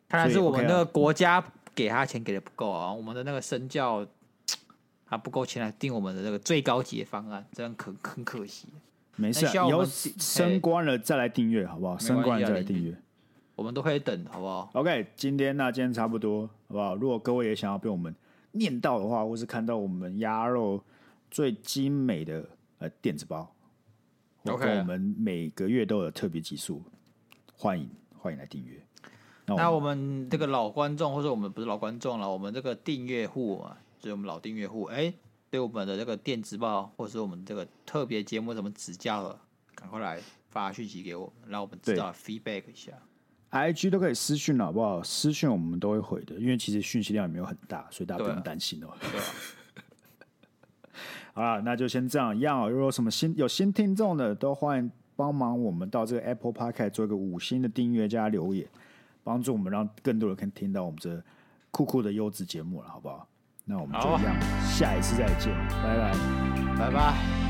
[SPEAKER 2] 看来是
[SPEAKER 1] 所以
[SPEAKER 2] 我们
[SPEAKER 1] OK 啊
[SPEAKER 2] 那个国家给他钱给的不够啊，我们的那个身教还不够钱来定我们的这个最高级的方案，这样可很可惜。
[SPEAKER 1] 没事、
[SPEAKER 2] 那希
[SPEAKER 1] 啊，
[SPEAKER 2] 望
[SPEAKER 1] 以
[SPEAKER 2] 我
[SPEAKER 1] 后
[SPEAKER 2] 们
[SPEAKER 1] 升官了再来订阅，好不好？
[SPEAKER 2] 系啊
[SPEAKER 1] 升官了再来订阅。
[SPEAKER 2] 我们都可以等，好不好？
[SPEAKER 1] OK，今天那今天差不多，好不好？如果各位也想要被我们念到的话，或是看到我们鸭肉最精美的呃电子包，或
[SPEAKER 2] OK
[SPEAKER 1] 跟我们每个月都有特别集数，欢迎欢迎来订阅。那我
[SPEAKER 2] 那
[SPEAKER 1] 们
[SPEAKER 2] 我们这个老观众，或者我们不是老观众了，我们这个订阅户啊，就是我们老订阅户，哎、对我们的这个电子报，或者是我们这个特别节目什么指教了，赶快来发讯息给我们，让我们知道 feedback 一下。
[SPEAKER 1] IG 都可以私讯好不好？私讯我们都会回的，因为其实讯息量也没有很大，所以大家不
[SPEAKER 2] 对啊
[SPEAKER 1] 用担心哦。
[SPEAKER 2] 对啊
[SPEAKER 1] *laughs* 好啦，那就先这样一样、哦。如果有什么新有新听众的，都欢迎帮忙我们到这个 Apple Podcast 做一个五星的订阅加留言，帮助我们让更多人可以听到我们这酷酷的优质节目了，好不好？那我们就
[SPEAKER 2] 好啊
[SPEAKER 1] 一样，下一次再见，拜拜。
[SPEAKER 2] 拜拜。